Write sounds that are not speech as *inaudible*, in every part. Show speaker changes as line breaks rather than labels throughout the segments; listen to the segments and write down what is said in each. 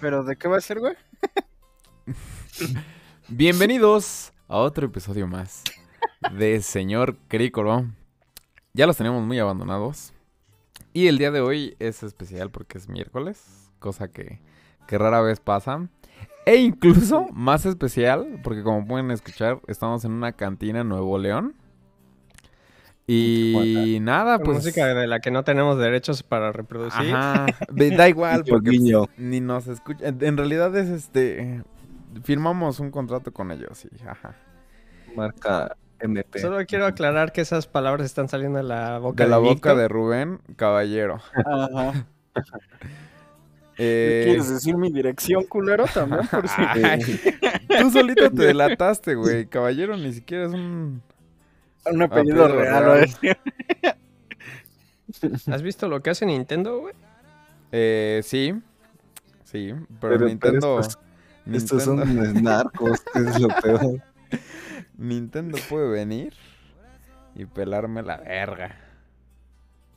¿Pero de qué va a ser, güey?
Bienvenidos a otro episodio más de Señor Crícolo. Ya los tenemos muy abandonados. Y el día de hoy es especial porque es miércoles, cosa que, que rara vez pasa. E incluso más especial, porque como pueden escuchar, estamos en una cantina en Nuevo León. Y nada, pues.
Música de la que no tenemos derechos para reproducir.
Ajá. Ve-
*laughs*
Da igual, porque pues,
Guiño.
ni nos escucha. En realidad es este. Firmamos un contrato con ellos y ajá.
Marca MP.
Solo quiero aclarar que esas palabras están saliendo de la boca
De
de
la boca
Víctor.
de Rubén Caballero.
Ajá.
Eh,
¿Quieres decir mi dirección, culero?
*laughs*
También, por si...
ay, tú solito te delataste, güey. Caballero ni siquiera es un.
Un apellido
apellido
real,
real.
oye.
¿Has visto lo que hace Nintendo, güey?
Eh, sí. Sí, pero,
Pero- pero
Nintendo.
estos- Estos son
Nintendo-
narcos, que es lo peor.
*laughs* Nintendo puede venir y pelarme la verga.
*laughs*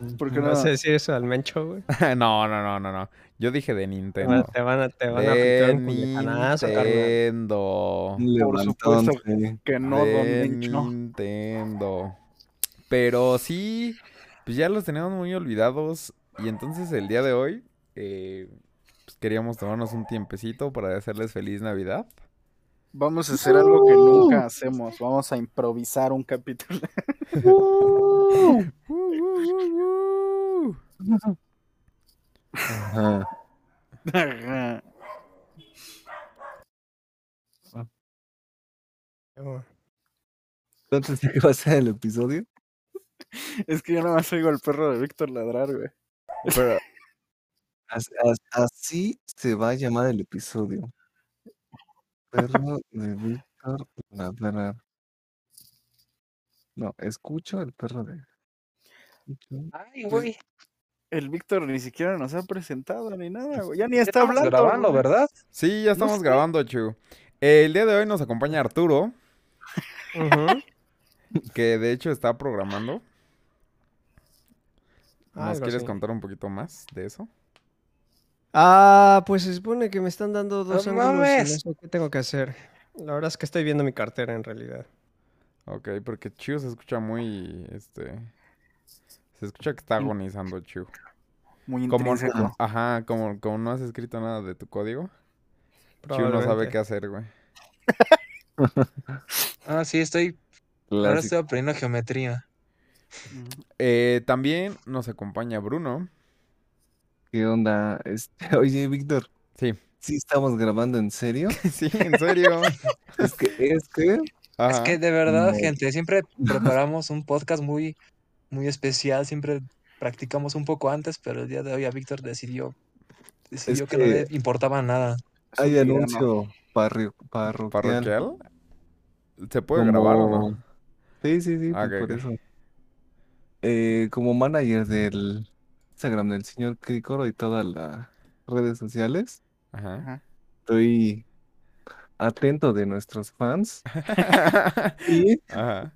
*laughs*
¿Por qué
No,
no?
sé decir eso al mencho, güey.
no, no, no, no, no. Yo dije de Nintendo.
Te van a, te van a aplicar
De
un culiacanazo, carnal.
Nintendo.
Por
Levantón,
supuesto.
sí.
Que no, don
de
Nicho.
Nintendo. Pero sí, pues ya los teníamos muy olvidados. Y entonces el día de hoy eh, pues queríamos tomarnos un tiempecito para hacerles feliz Navidad.
Vamos a hacer algo que nunca hacemos. Vamos a improvisar un capítulo. *laughs*
Uh, uh, uh, uh.
Ajá.
Ajá.
Entonces, ¿de ¿qué va a ser el episodio?
es que yo nada más oigo al perro de Víctor ladrar, güey.
Pero,
As- as- Así se va a llamar el episodio. Perro de Víctor Labrar. No, escucho el perro de. Escucho-
Pues,
Ay, güey.
El Víctor ni siquiera nos ha presentado ni nada, güey. Ya ni está
estamos
hablando.
grabando,
güey.
¿verdad?
sí, ya estamos grabando, Chu. El día de hoy nos acompaña Arturo,
Ujú.
que de hecho está programando. ¿Nos
Algo
quieres
así.
contar un poquito más de eso?
Ah, pues se supone que me están dando dos
No
ángulos y no
mames.
sé qué tengo que hacer. La verdad es que estoy viendo mi cartera en realidad.
Ok, porque Chu se escucha muy, este... Se escucha que está agonizando Chu.
Muy
Como,
intrínseco.
no- ajá, como, como no has escrito nada de tu código, Chu no sabe
Probablemente.
qué hacer, güey.
Ah, sí, estoy. Ahora
Clásico.
estoy aprendiendo geometría.
Ujú.
Eh, también nos acompaña Bruno. *laughs*
¿Qué onda? Este, *laughs* oye, Víctor.
Sí.
¿Sí estamos grabando en serio?
sí, en serio.
*laughs* Es que, es que.
Es
Ajá.
que de verdad,
No.
gente, siempre preparamos un podcast muy, muy especial, siempre practicamos un poco antes, pero el día de hoy a Víctor decidió, decidió que, no
que-
le importaba nada.
Es un
Hay
tirano.
anuncio parrio- parroquial.
¿Parroquial? ¿Se puede grabar o no?
Como- Sí, sí, sí,
Ah,
pues
ok,
por
ok.
eso. Eh, como manager del Instagram del señor Crícoro y todas las redes sociales,
Ajá.
*laughs* estoy atento de nuestros fans
*laughs*
y
Ajá.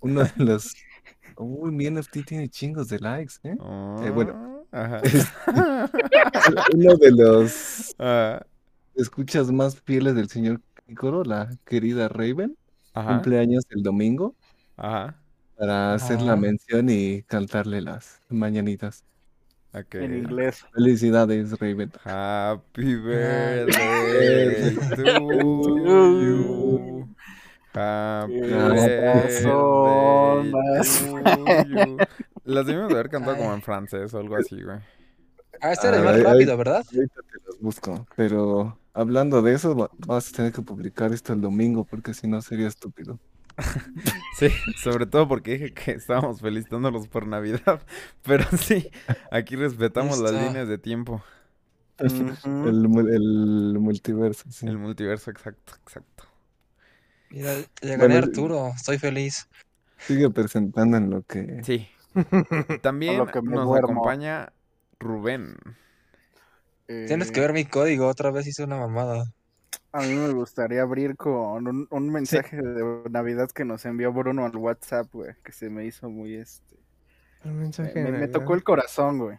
uno de los... Uy, mi NFT tiene chingos de likes,
*laughs*
¿eh? bueno.
Ah, Ajá.
Uno de los
Ah,
escuchas más fieles del señor Crícoro, la querida Raven,
Ajá.
cumpleaños el domingo.
Ajá.
para hacer la
Ah.
Ajá.
mención y cantarle las mañanitas.
Ok.
En inglés.
Felicidades, Raven.
Happy
*laughs*
birthday to you. Happy birthday
Corazón, más.
to you. Las debimos de haber cantado como en francés o algo así, güey.
Ah, este era el
Ah,
más
ay, ay.
rápido, ¿verdad?
Ahorita te las busco. Pero hablando de eso, va- vas a tener que publicar esto el domingo porque si no sería estúpido.
Sí, sobre todo porque dije que estábamos felicitándolos por Navidad. *laughs* Pero sí, aquí respetamos las
Está.
líneas de tiempo.
Ujú.
*laughs*
El, mu- el multiverso, sí.
El multiverso, exacto, exacto.
Mira, le
Bueno,
gané a
sí.
Arturo, estoy feliz.
Sigue presentando en lo que.
*laughs*
Sí. También
que me
nos
duermo.
acompaña Rubén.
Eh,
Tienes que ver mi código, otra vez hice una mamada.
A mí me gustaría abrir con un, un mensaje de Navidad que nos envió Bruno al WhatsApp, güey, que se me hizo muy este.
Un mensaje
Me,
de
me
Navidad.
tocó el corazón, güey,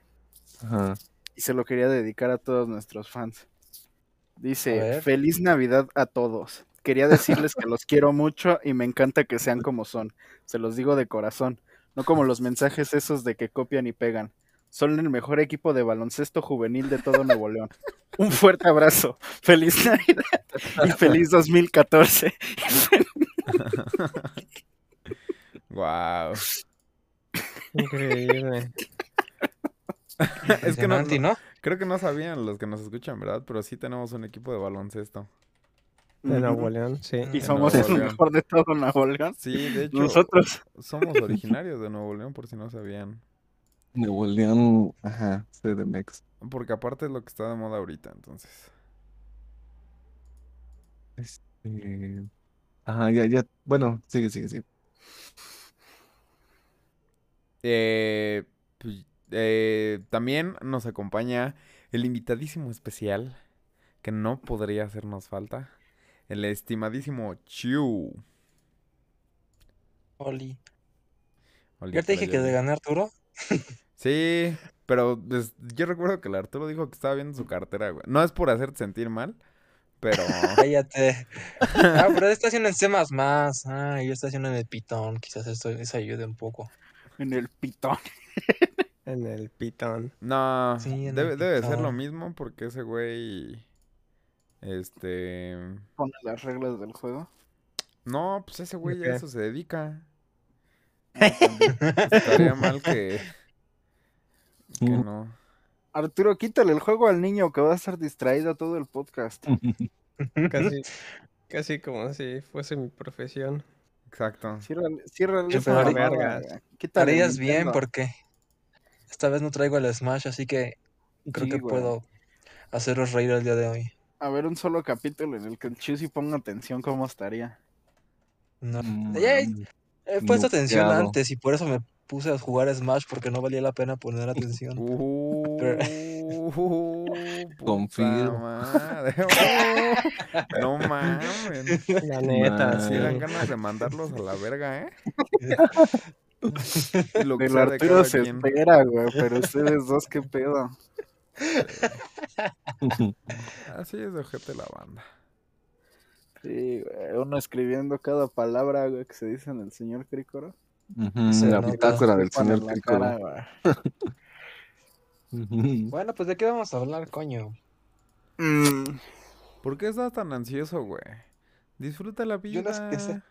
Ajá.
y se lo quería dedicar a todos nuestros fans.
A
Dice,
ver.
feliz Navidad a todos. Quería decirles que los quiero mucho y me encanta que sean como son. Se los digo de corazón, no como los mensajes esos de que copian y pegan. Son el mejor equipo de baloncesto juvenil de todo Nuevo León. Un fuerte abrazo. Feliz Navidad y feliz 2014.
Wow.
Increíble.
es que no,
Impresionante,
no-
¿no?
creo que no sabían los que nos escuchan, ¿verdad? Pero sí tenemos un equipo de baloncesto.
De
Ujú.
Nuevo León, sí.
Y
de
somos
Nuevo
el
León.
mejor de todo Nuevo León.
Sí, de hecho,
Nosotros. *laughs*
somos originarios de Nuevo León, por si no sabían.
Nuevo León, ajá, CDMX.
Porque aparte es lo que está de moda ahorita, entonces.
Este... Ajá, ya, ya. Bueno, sigue, sigue,
*laughs*
sigue.
Eh, pues, eh, también nos acompaña el invitadísimo especial, que no podría hacernos falta, el estimadísimo Chiu.
Oli.
Oli,
Ya te dije
por
que
allá.
de ganar Arturo.
Sí, pero pues, yo recuerdo que el Arturo dijo que estaba viendo su cartera, güey. No es por hacerte sentir mal,
*laughs*
pero...
Cállate. Ah, pero él está haciendo en C++. Ah, yo estoy haciendo en el Pitón. Quizás esto eso ayude un poco.
En el pitón.
En el pitón.
No,
Sí, en
debe,
el
debe de ser lo
TikTok.
mismo porque ese güey... Este...
Pone las reglas del juego.
No, pues ese güey ya
qué?
a eso se dedica.
También.
Estaría mal que... Que
Mm.
no.
Arturo, quítale el juego al niño que va a estar distraído todo el podcast.
*laughs*
Casi, casi como si fuese mi
*laughs*
profesión.
Exacto.
Ciérrale, ciérrale
Sí,
esa
pero
mamada,
vergas.
güey.
Te
Quítale
harías
el
bien
Nintendo.
porque esta vez no traigo el Smash, así que creo
Sí,
que
güey.
puedo haceros reír el día de hoy.
A ver, un solo capítulo en el que el Chusi ponga atención, ¿cómo estaría?
No.
Mm,
Ya he, he puesto atención
Nukeado.
antes y por eso me puse a jugar Smash porque no valía la pena poner atención.
Uh, puta
Confío.
madre. Uh, no mames.
La neta,
Sí dan
sí.
ganas de mandarlos a la verga, ¿eh? Y lo que
El
sea de cada
Arturo se
quien.
espera, güey, pero ustedes dos, ¿qué pedo?
Así es de ojete la banda.
Sí, güey, uno escribiendo cada palabra, güey, que se dice en el señor Crícoro.
Ujú,
Se
la
nota.
bitácora del
Bueno,
señor
en la
Piccolo.
cara, güey.
Ujú.
Bueno, pues de qué vamos a hablar, coño.
Mm,
¿Por qué estás tan ansioso, güey? Disfruta la vida.
Yo no sé qué sé.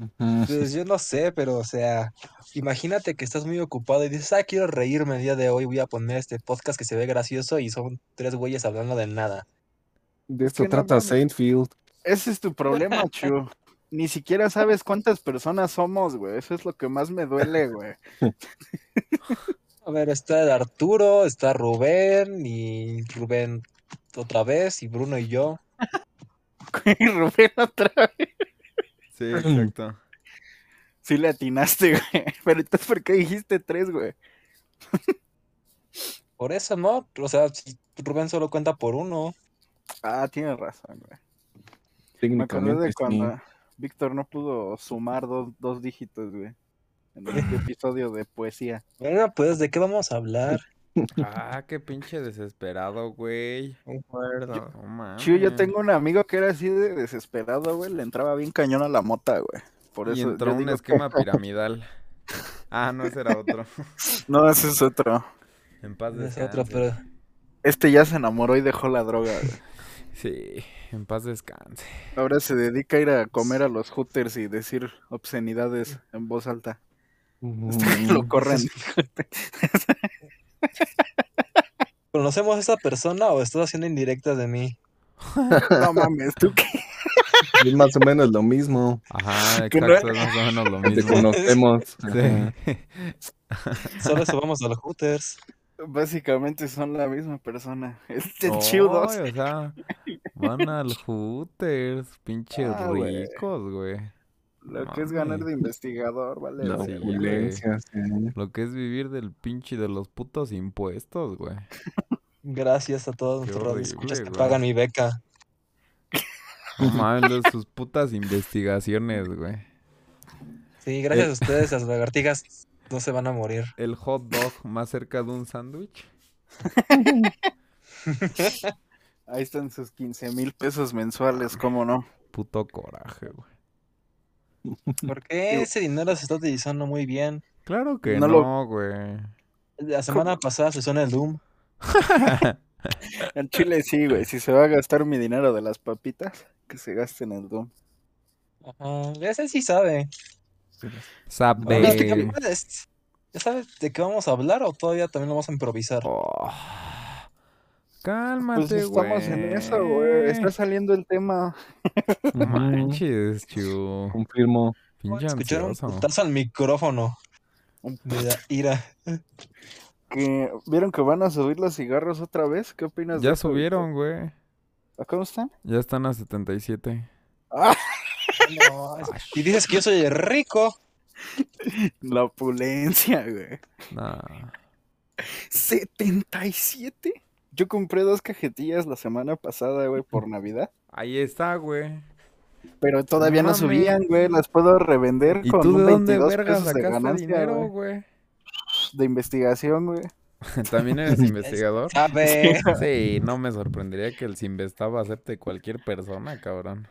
Ujú.
Pues yo no sé, pero o sea, imagínate que estás muy ocupado y dices, ah, quiero reírme el día de hoy, voy a poner este podcast que se ve gracioso y son tres güeyes hablando de nada.
De esto
que no
trata
mames.
Saintfield.
Ese es tu problema, Chu. Ni siquiera sabes cuántas personas somos, güey. Eso es lo que más me duele, güey. *laughs*
A ver, está el Arturo, está Rubén y Rubén otra vez y Bruno y yo.
Y Rubén otra vez.
Sí, exacto.
Sí le atinaste, *laughs* güey. Pero entonces, ¿por qué dijiste tres, güey?
Por eso, ¿no? O sea, si Rubén solo cuenta por uno.
Ah, tienes razón, güey. Me acordé
Técnicamente
de
sí.
cuando Víctor no pudo sumar dos, dos dígitos, güey.
*laughs*
En el episodio de poesía.
Bueno, pues, ¿de qué vamos a hablar?
Ah, qué pinche desesperado, güey.
Concuerdo.
No mames.
Chu, yo tengo un amigo que era así de desesperado, güey. Le entraba bien cañón a la mota, güey. Por eso.
Y
yo
entró un
digo que- *laughs*
esquema piramidal. Ah, no, ese era otro.
No, ese es otro.
En paz
Ese
descanse.
otro, pero...
Este ya se enamoró y dejó la droga, güey.
Sí, en paz descanse.
Ahora se dedica a ir a comer a los hooters y decir obscenidades en voz alta. *laughs* Hasta que
Mm.
Ujú.
lo
*laughs*
corren.
¿Conocemos a esa persona o estás haciendo indirectas de mí?
No mames, tú qué.
Es más o menos lo mismo.
Ajá,
*laughs* Que no
exacto, es más o menos
*laughs*
lo
Te
mismo.
conocemos. Ajá.
Sí.
Solo subamos a los Hooters.
Básicamente son la misma persona. *laughs* Es el
No,
chido.
o sea, van al Hooters, pinche
Ah, güey.
ricos, güey.
Lo que es ganar de investigador, vale.
La
No,
verga.
güey.
opulencia, sí.
Lo que es vivir del pinche de los putos impuestos, güey.
Gracias a todos
Qué
nuestros radioescuchas que
horrible, güey.
pagan mi beca.
No mames, los- sus putas investigaciones, güey.
Sí,
Eh.
gracias a ustedes, las lagartijas no se van a morir.
El hot dog más cerca de un sándwich.
Ahí están sus 15 mil pesos mensuales, ¿cómo no?
Puto coraje, güey.
Porque ese dinero se está utilizando muy bien.
Claro que
No
no,
lo-
güey.
La semana pasada se suena el Doom.
En Chile sí, güey. Si se va a gastar mi dinero de las papitas, que se gaste en el Doom.
Ajá, ese sí sabe.
Sabe.
Los que campeones, ¿Ya sabes de qué vamos a hablar o todavía también lo vamos a improvisar?
Oh. Cálmate,
Pues estamos en eso, güey. Está saliendo el tema.
No manches, chiu.
Confirmo.
Pinche
Escucharon un
ansioso.
putazo al micrófono.
Un-
Me da ira.
Que ¿Vieron que van a subir los cigarros otra vez? ¿Qué opinas de
Ya
eso, Víctor?
subieron, güey.
¿A cómo están?
Ya están a 77.
No, es- y dices que yo soy rico.
La opulencia, güey.
Nah.
¿77? Yo compré dos cajetillas la semana pasada, güey, por Navidad.
Ahí está, güey.
Pero todavía no
mames.
subían, güey. Las puedo revender
¿Y
con
tú
un
de dónde
22
verga
pesos de
sacaste
ganancia,
dinero,
güey.
güey?
De investigación, güey.
*laughs* ¿También eres investigador?
Sabe.
Sí, no me sorprendería que el Sinvestaba acepte cualquier persona, cabrón.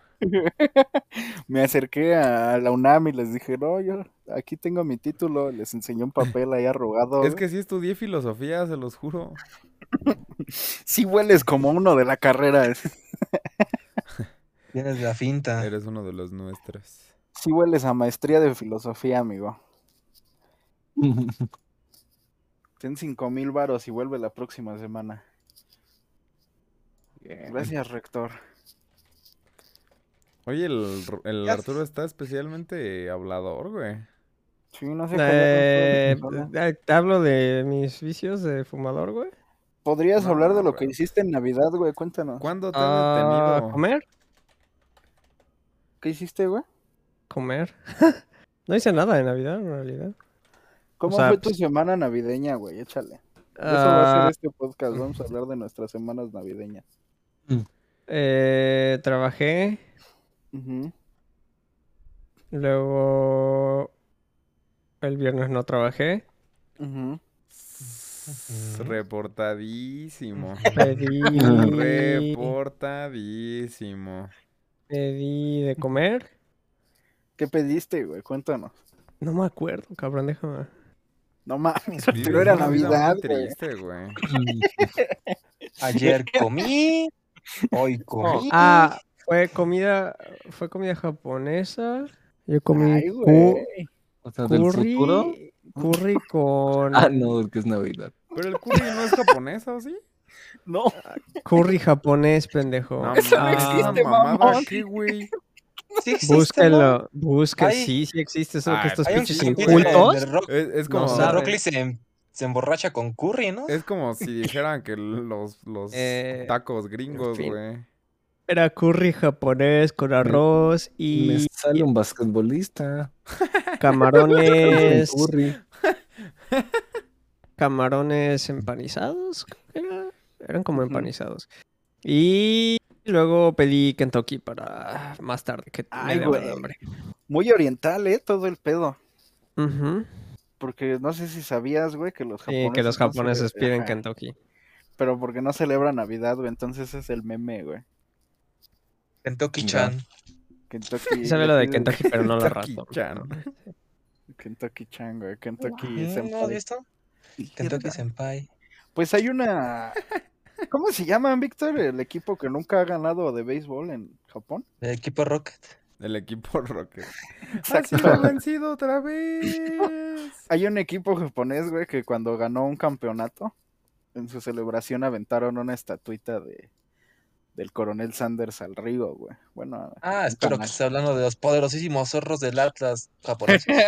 Me acerqué a la UNAM y les dije, no, yo aquí tengo mi título. Les enseñé un papel ahí arrugado.
Es
güey.
que sí estudié filosofía, se los juro.
sí hueles como uno de la carrera.
Tienes la finta.
Eres uno de los nuestros.
Sí hueles a maestría de filosofía, amigo. Ten cinco mil varos y vuelve la próxima semana. Gracias, rector.
Oye, el, el
Ya-
Arturo está especialmente hablador, güey.
Sí, no sé cómo
Eh,
no puedo
eh, te hablo de mis vicios de fumador, güey.
Podrías
no,
hablar de lo
güey.
que hiciste en Navidad, güey. Cuéntanos.
¿Cuándo te
Ah,
han detenido?
¿Comer?
¿Qué hiciste, güey?
Comer. *laughs* no hice nada de Navidad, en realidad.
¿Cómo
sea,
fue tu
pues-
semana navideña, güey? Échale. De Eso va a
Ah,
ser este podcast.
*laughs*
Vamos a hablar de nuestras semanas navideñas.
eh, trabajé,
Ujú.
luego el viernes no trabajé,
Ujú.
S-
*laughs*
Reportadísimo.
*laughs*
*laughs*
pedí,
Reportadísimo.
pedí de comer.
¿Qué pediste, güey? Cuéntanos. No
No me acuerdo, cabrón, déjame.
No mames,
Vives
pero era
una vida muy
Navidad,
¿eh?
güey.
triste, güey.
Ayer comí. Hoy
Mm,
comí.
Ah, fue comida, fue comida japonesa. Yo comí
Ay,
cu-
güey.
O sea, del
curry,
futuro.
curry
*laughs*
con
Ah, no, porque es Navidad.
Pero el curry no es japonés, ¿o sí?
No,
curry japonés, pendejo.
No,
Eso no
mames,
existe,
mamada,
mamón.
¿qué, güey? Oh.
Sí existe, ¿no?
Búsquenlo, búsquenlo.
Hay-
Sí, sí existe eso
Ay,
que estos
Hay un
pinches
clip
chingo de-
incultos.
donde Rock-
Es, es como,
No
donde
sabe.
Rockley se, se emborracha con curry, ¿no?
es como si dijeran que los, los
Eh,
tacos gringos,
fin.
güey.
Era curry japonés con arroz
Me
y
sale un basquetbolista. *laughs*
camarones,
Un *laughs* curry.
camarones empanizados. creo que era. Eran como
Ujú.
empanizados. Y luego pedí Kentucky para más tarde que me
Ay,
daba
güey.
hambre.
muy oriental, ¿eh? Todo el pedo.
Ujú.
Porque no sé si sabías, güey, que los
Sí,
japoneses.
que los
no cele-
japoneses
este,
piden
Ajá,
Kentucky.
Pero porque no celebra Navidad, güey. Entonces es el
*laughs*
meme, güey.
Kentucky Chan.
Kentucky.
Sabe lo de
piden
Kentucky, pero no lo
Kentucky
rato. *laughs*
Chan.
Kentucky Chan, güey. Kentucky
Mm, ¿No has
Senpai.
visto? Kentucky Senpai.
Pues hay una. ¿Cómo se llaman, Víctor? El equipo que nunca ha ganado de béisbol en Japón.
El equipo Rocket.
El equipo *laughs* Rocket. Ha
Exacto.
sido vencido otra vez.
Hay un equipo japonés, güey, que cuando ganó un campeonato, en su celebración aventaron una estatuita de del coronel Sanders al río, güey. Bueno,
Ah,
un
espero que
canal.
estés hablando de los poderosísimos zorros del Atlas japoneses.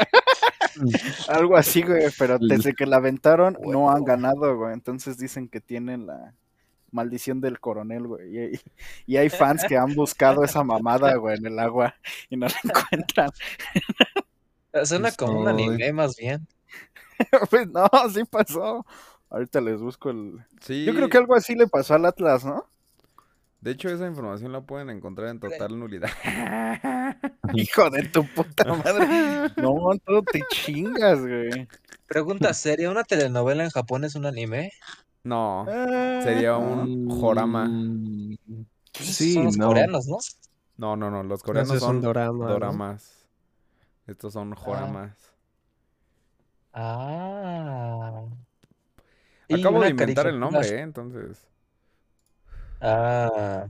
algo así, güey, pero
El-
desde que la aventaron no han ganado, güey. Entonces dicen que tienen la maldición del coronel, güey. Y, y hay fans que han buscado esa mamada, güey, en el agua y no la *laughs* encuentran.
Eh, Suena como un anime
Estoy-
más bien.
*laughs* pues no, sí pasó. Ahorita les busco el...
*laughs* Sí,
Yo creo que algo así le pasó al Atlas, ¿no? *laughs*
De hecho, esa información la pueden encontrar en total nulidad. *laughs*
Hijo de tu puta madre. No, tú te chingas, güey.
Pregunta seria, ¿una telenovela en Japón es un anime?
No,
Ah.
sería un jorama.
Mm,
¿Qué?
Sí,
Pues Son los
no.
coreanos, ¿no?
No, no, no, los
Eso
coreanos
es un
son
dorama. ¿no?
doramas. Estos son joramas.
Ah. Y
Acabo
una
de inventar el
caricatura-
nombre, ¿eh? Entonces.
Ah.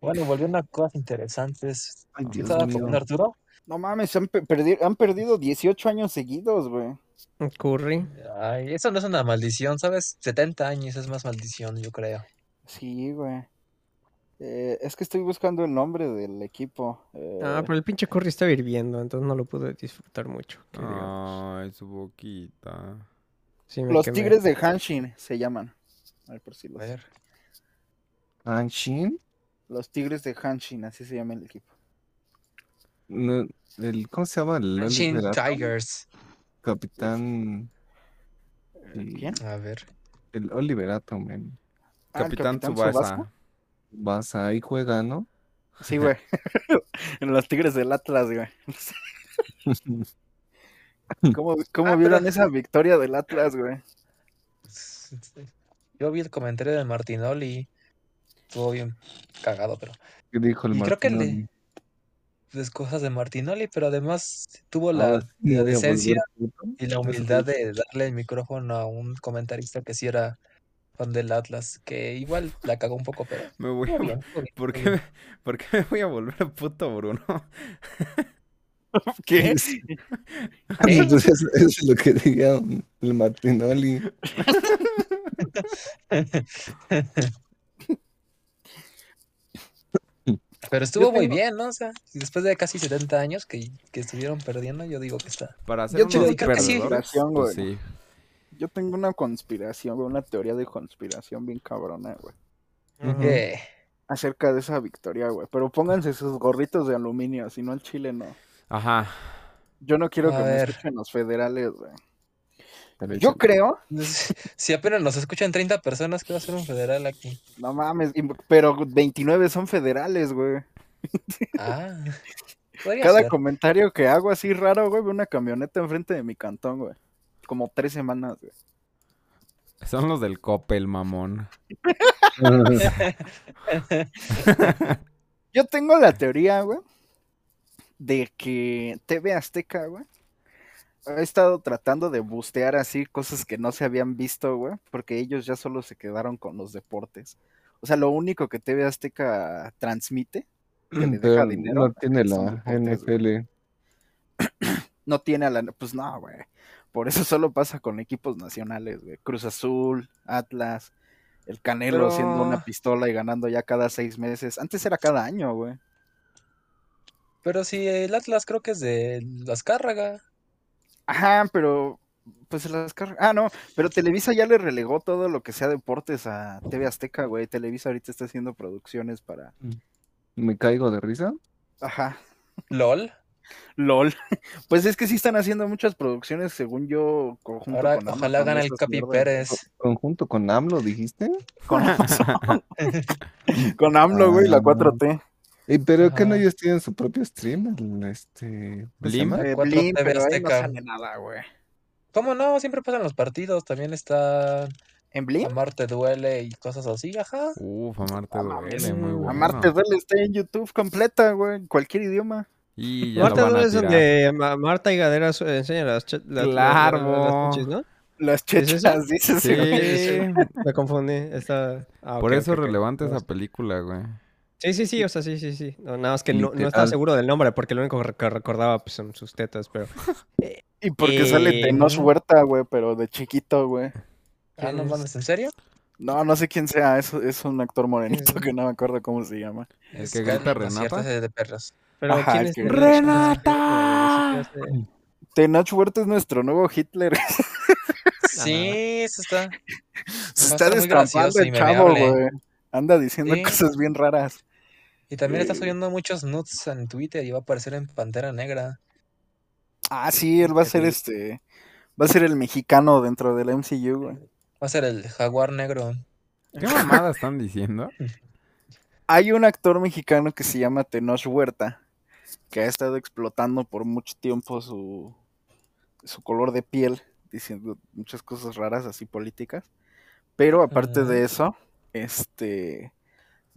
Bueno, volviendo a cosas interesantes.
Ay,
¿Qué
Dios
estaba
mío.
comiendo Arturo?
No mames, han, pe- perdi- han perdido 18 años seguidos, güey.
Curry.
Ay, eso no es una maldición, ¿sabes? 70 años es más maldición, yo creo.
Sí, güey. Eh, es que estoy buscando el nombre del equipo. eh,
Ah,
Oh.
pero el pinche Curry estaba hirviendo, entonces no lo pude disfrutar mucho. que
Ah.
digamos.
Ay, su boquita.
Sí me
los
quemé.
Tigres de Hanshin se llaman. A ver, por si
A
los,
ver.
Anshin,
los Tigres de Hanshin, así se llama el equipo.
no, el, ¿Cómo se llama? El,
Shin
el- el
Tigers.
capitán.
Eh,
Sí.
¿Quién?
A ver.
El Oliver Atom, el
Ah, el
Capitán
Tsubasa.
Tsubasa.
Vas ahí juega, ¿no?
Sí, güey. *laughs* en los Tigres del Atlas, güey. ¿Cómo, cómo
Ah,
vieron
pero-
esa victoria del Atlas, güey?
Yo vi el comentario de Martinoli. Estuvo bien cagado, pero.
¿Qué dijo el
Y creo que le-
Martinoli?
Pues cosas de Martinoli, pero además tuvo
Ahora
la,
Ah, sí
la
voy a volver
decencia
puto.
y la humildad de darle el micrófono a un comentarista que sí era fan del Atlas, que igual la cagó un poco, pero.
Me voy a...
estuvo bien, estuvo bien,
*laughs* ¿Por
estuvo
qué,
bien.
me, ¿Por qué me voy a volver puto Bruno? *laughs*
¿Qué?
Ah, Entonces, eso es lo que diría el Martinoli.
Pero estuvo muy
tengo-
bien, ¿no? O sea, después de casi 70 años que, que estuvieron perdiendo, yo digo que está.
Para hacer
Yo
unos
te digo
que sí.
perdedores,
Relación,
pues
güey.
sí.
Yo tengo una conspiración, güey, una teoría de conspiración bien cabrona, güey.
Ujú.
Eh,
Acerca de esa victoria, güey. Pero pónganse sus gorritos de aluminio, si no el Chile no.
Ajá.
Yo no quiero
A
que me
ver.
escuchen los federales, güey. Yo creo,
*laughs* Si apenas nos escuchan 30 personas, ¿qué va a ser un federal aquí?
no mames, y- pero 29 son federales, güey.
Ah, *laughs* podría
Cada
ser.
comentario que hago así raro, güey, veo una camioneta enfrente de mi cantón, güey. Como tres semanas, güey.
Son los del Coppel, mamón.
*laughs*
Yo tengo la teoría, güey, de que TV Azteca, güey, ha estado tratando de bustear así cosas que no se habían visto, güey, porque ellos ya solo se quedaron con los deportes. O sea, lo único que TV Azteca transmite, que le deja
Mm, Pero
dinero,
no tiene
son
la
deportes, güey.
NFL.
no tiene a la... Pues no, güey. Por eso solo pasa con equipos nacionales, güey. Cruz Azul, Atlas, el Canelo
Pero-
haciendo una pistola y ganando ya cada seis meses. Antes era cada año, güey.
*laughs* Pero si el Atlas creo que es de las Cárraga.
Ajá, pero pues las cargas. Ah, no, pero Televisa ya le relegó todo lo que sea deportes a TV Azteca, güey. Televisa ahorita está haciendo producciones para.
Me caigo de risa.
Ajá.
LOL.
LOL. *laughs* Pues es que sí están haciendo muchas producciones, según yo, conjunto
Ahora,
con
ojalá
Amazon,
gane el
esas
Capi
mierdas.
Pérez.
Conjunto con AMLO, dijiste.
*laughs*
*laughs*
Con Amazon. Con AMLO, güey, y
Ah,
la 4T.
Ey, pero que no
Ajá.
ellos tienen su propio stream, el, este. ¿cómo se
Blim.
llama?
Eh,
4T
Blim,
TV
pero ahí no
Azteca.
sale nada, güey.
¿Cómo no? Siempre pasan los partidos. También está
¿En Blim?
Amar te duele y cosas así, ajá.
Uf, Amarte
mames.
duele, muy bueno.
Amarte duele está en YouTube completa, güey, en cualquier idioma.
Y ya
Marta
lo van
no
a
es
tirar.
donde Ma- Marta y Gadera su- enseña las, che- las- las-
Claro.
las- las pinches, ¿no?
Las
¿Es
chechas,
esa?
dices,
*laughs*
Sí.
güey.
Me confundí. Está... ah,
*laughs* Por
ok,
eso
ok,
es
ok.
relevante
Ahora
Pues,
esa película, güey.
Sí, sí, sí, o sea, sí, sí, sí. No, nada más que no, no estaba
Literal.
seguro del nombre, porque lo único que rec- que recordaba pues, son sus tetas, pero...
Y porque sale
Eh,
Tenos
no.
Huerta, güey, pero de chiquito, güey.
Ah, no
¿Quién es?
mames, ¿en serio?
No, no sé quién sea, es, es un actor morenito que no me acuerdo cómo se llama.
¿El
Es
que grita
Carlos, ¿no es cierto?
Renata?
Ese Este,
*laughs*
de perros.
pero
Ajá,
¿quién
el
es
que-
el-
¡Renata!
el- el- el-
Tenoch Huerta es nuestro nuevo Hitler.
Sí, eso
Se
está. Va a
está
estar muy
destampando
gracioso y
el chavo,
memeable.
güey. Anda diciendo
Sí.
cosas bien raras.
Y también está
Eh.
subiendo muchos nudes en Twitter y va a aparecer en Pantera Negra.
Ah, sí, él va a
Sí.
ser este. Va a ser el mexicano dentro del MCU, güey.
Va a ser el jaguar negro. *laughs*
¿Qué mamada están diciendo?
Hay un actor mexicano que se llama Tenoch Huerta, que ha estado explotando por mucho tiempo su, su color de piel, diciendo muchas cosas raras así políticas. Pero aparte
Ah.
de eso, este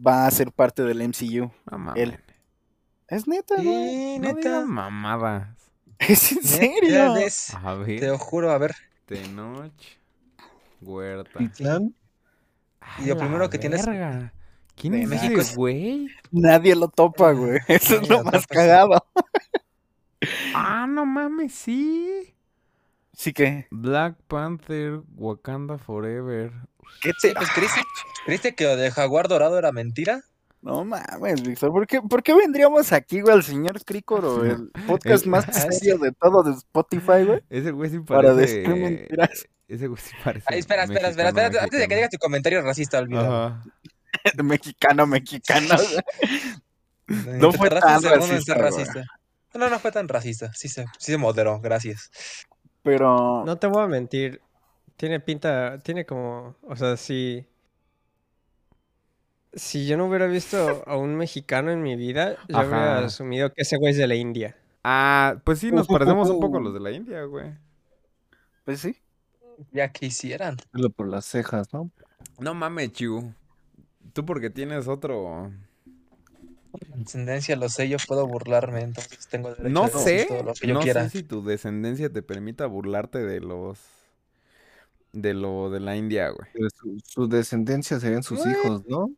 va a ser parte del MCU.
No
Él.
mames.
Es neta, güey.
Sí,
No
neta.
digas mamadas.
*laughs* Es en
neta,
serio.
es-
A
Ah, Te
ver.
lo juro, a ver.
Tenoch. Huerta.
Titlán,
A
Y lo
la
primero que tienes-
verga. ¿Quién
De
es
México
ese
es-
güey?
Nadie lo topa, güey. *laughs* Eso es
Ah, Nadie
lo
lo
más
topa, sí.
cagado.
Ah, no mames, sí.
Así que,
Black Panther, Wakanda Forever.
¿Qué pues, ¿creíste, creíste que lo de Jaguar Dorado era mentira?
no mames, Víctor. ¿por qué, por qué vendríamos aquí, güey, al señor
*laughs*
Crícoro, el podcast
El-
más
Ah, sí.
serio de todo de Spotify, güey?
Ese güey sí
Para
parece.
decir mentiras.
Ese güey sí parece.
Ay, espera, espera, espera, espera.
mexicano,
Antes de que digas tu comentario racista, olvida.
Ajá.
*laughs* Mexicano,
*laughs*
mexicano. güey. No
Te
fue
tardaste
tan
un segundo en ser
racista,
racista. No, no fue tan racista. Sí se, sí se moderó, gracias.
Pero
No te voy a mentir. Tiene pinta, tiene como, o sea, si si yo no hubiera visto a un mexicano en mi vida, yo
Ajá.
habría asumido que ese güey es de la India.
Ah, pues sí, nos parecemos un poco a los de la India, güey.
Pues sí.
Ya quisieran.
solo por las cejas, ¿no?
No mames, Chu. Tú porque tienes otro.
Descendencia, lo sé, yo puedo burlarme, entonces tengo derecho a
No
decir
sé.
todo lo que yo
No
quiera.
sé si tu descendencia te permita burlarte de los. De lo de la India, güey.
Pero su, su descendencia serían sus
What?
hijos, ¿no?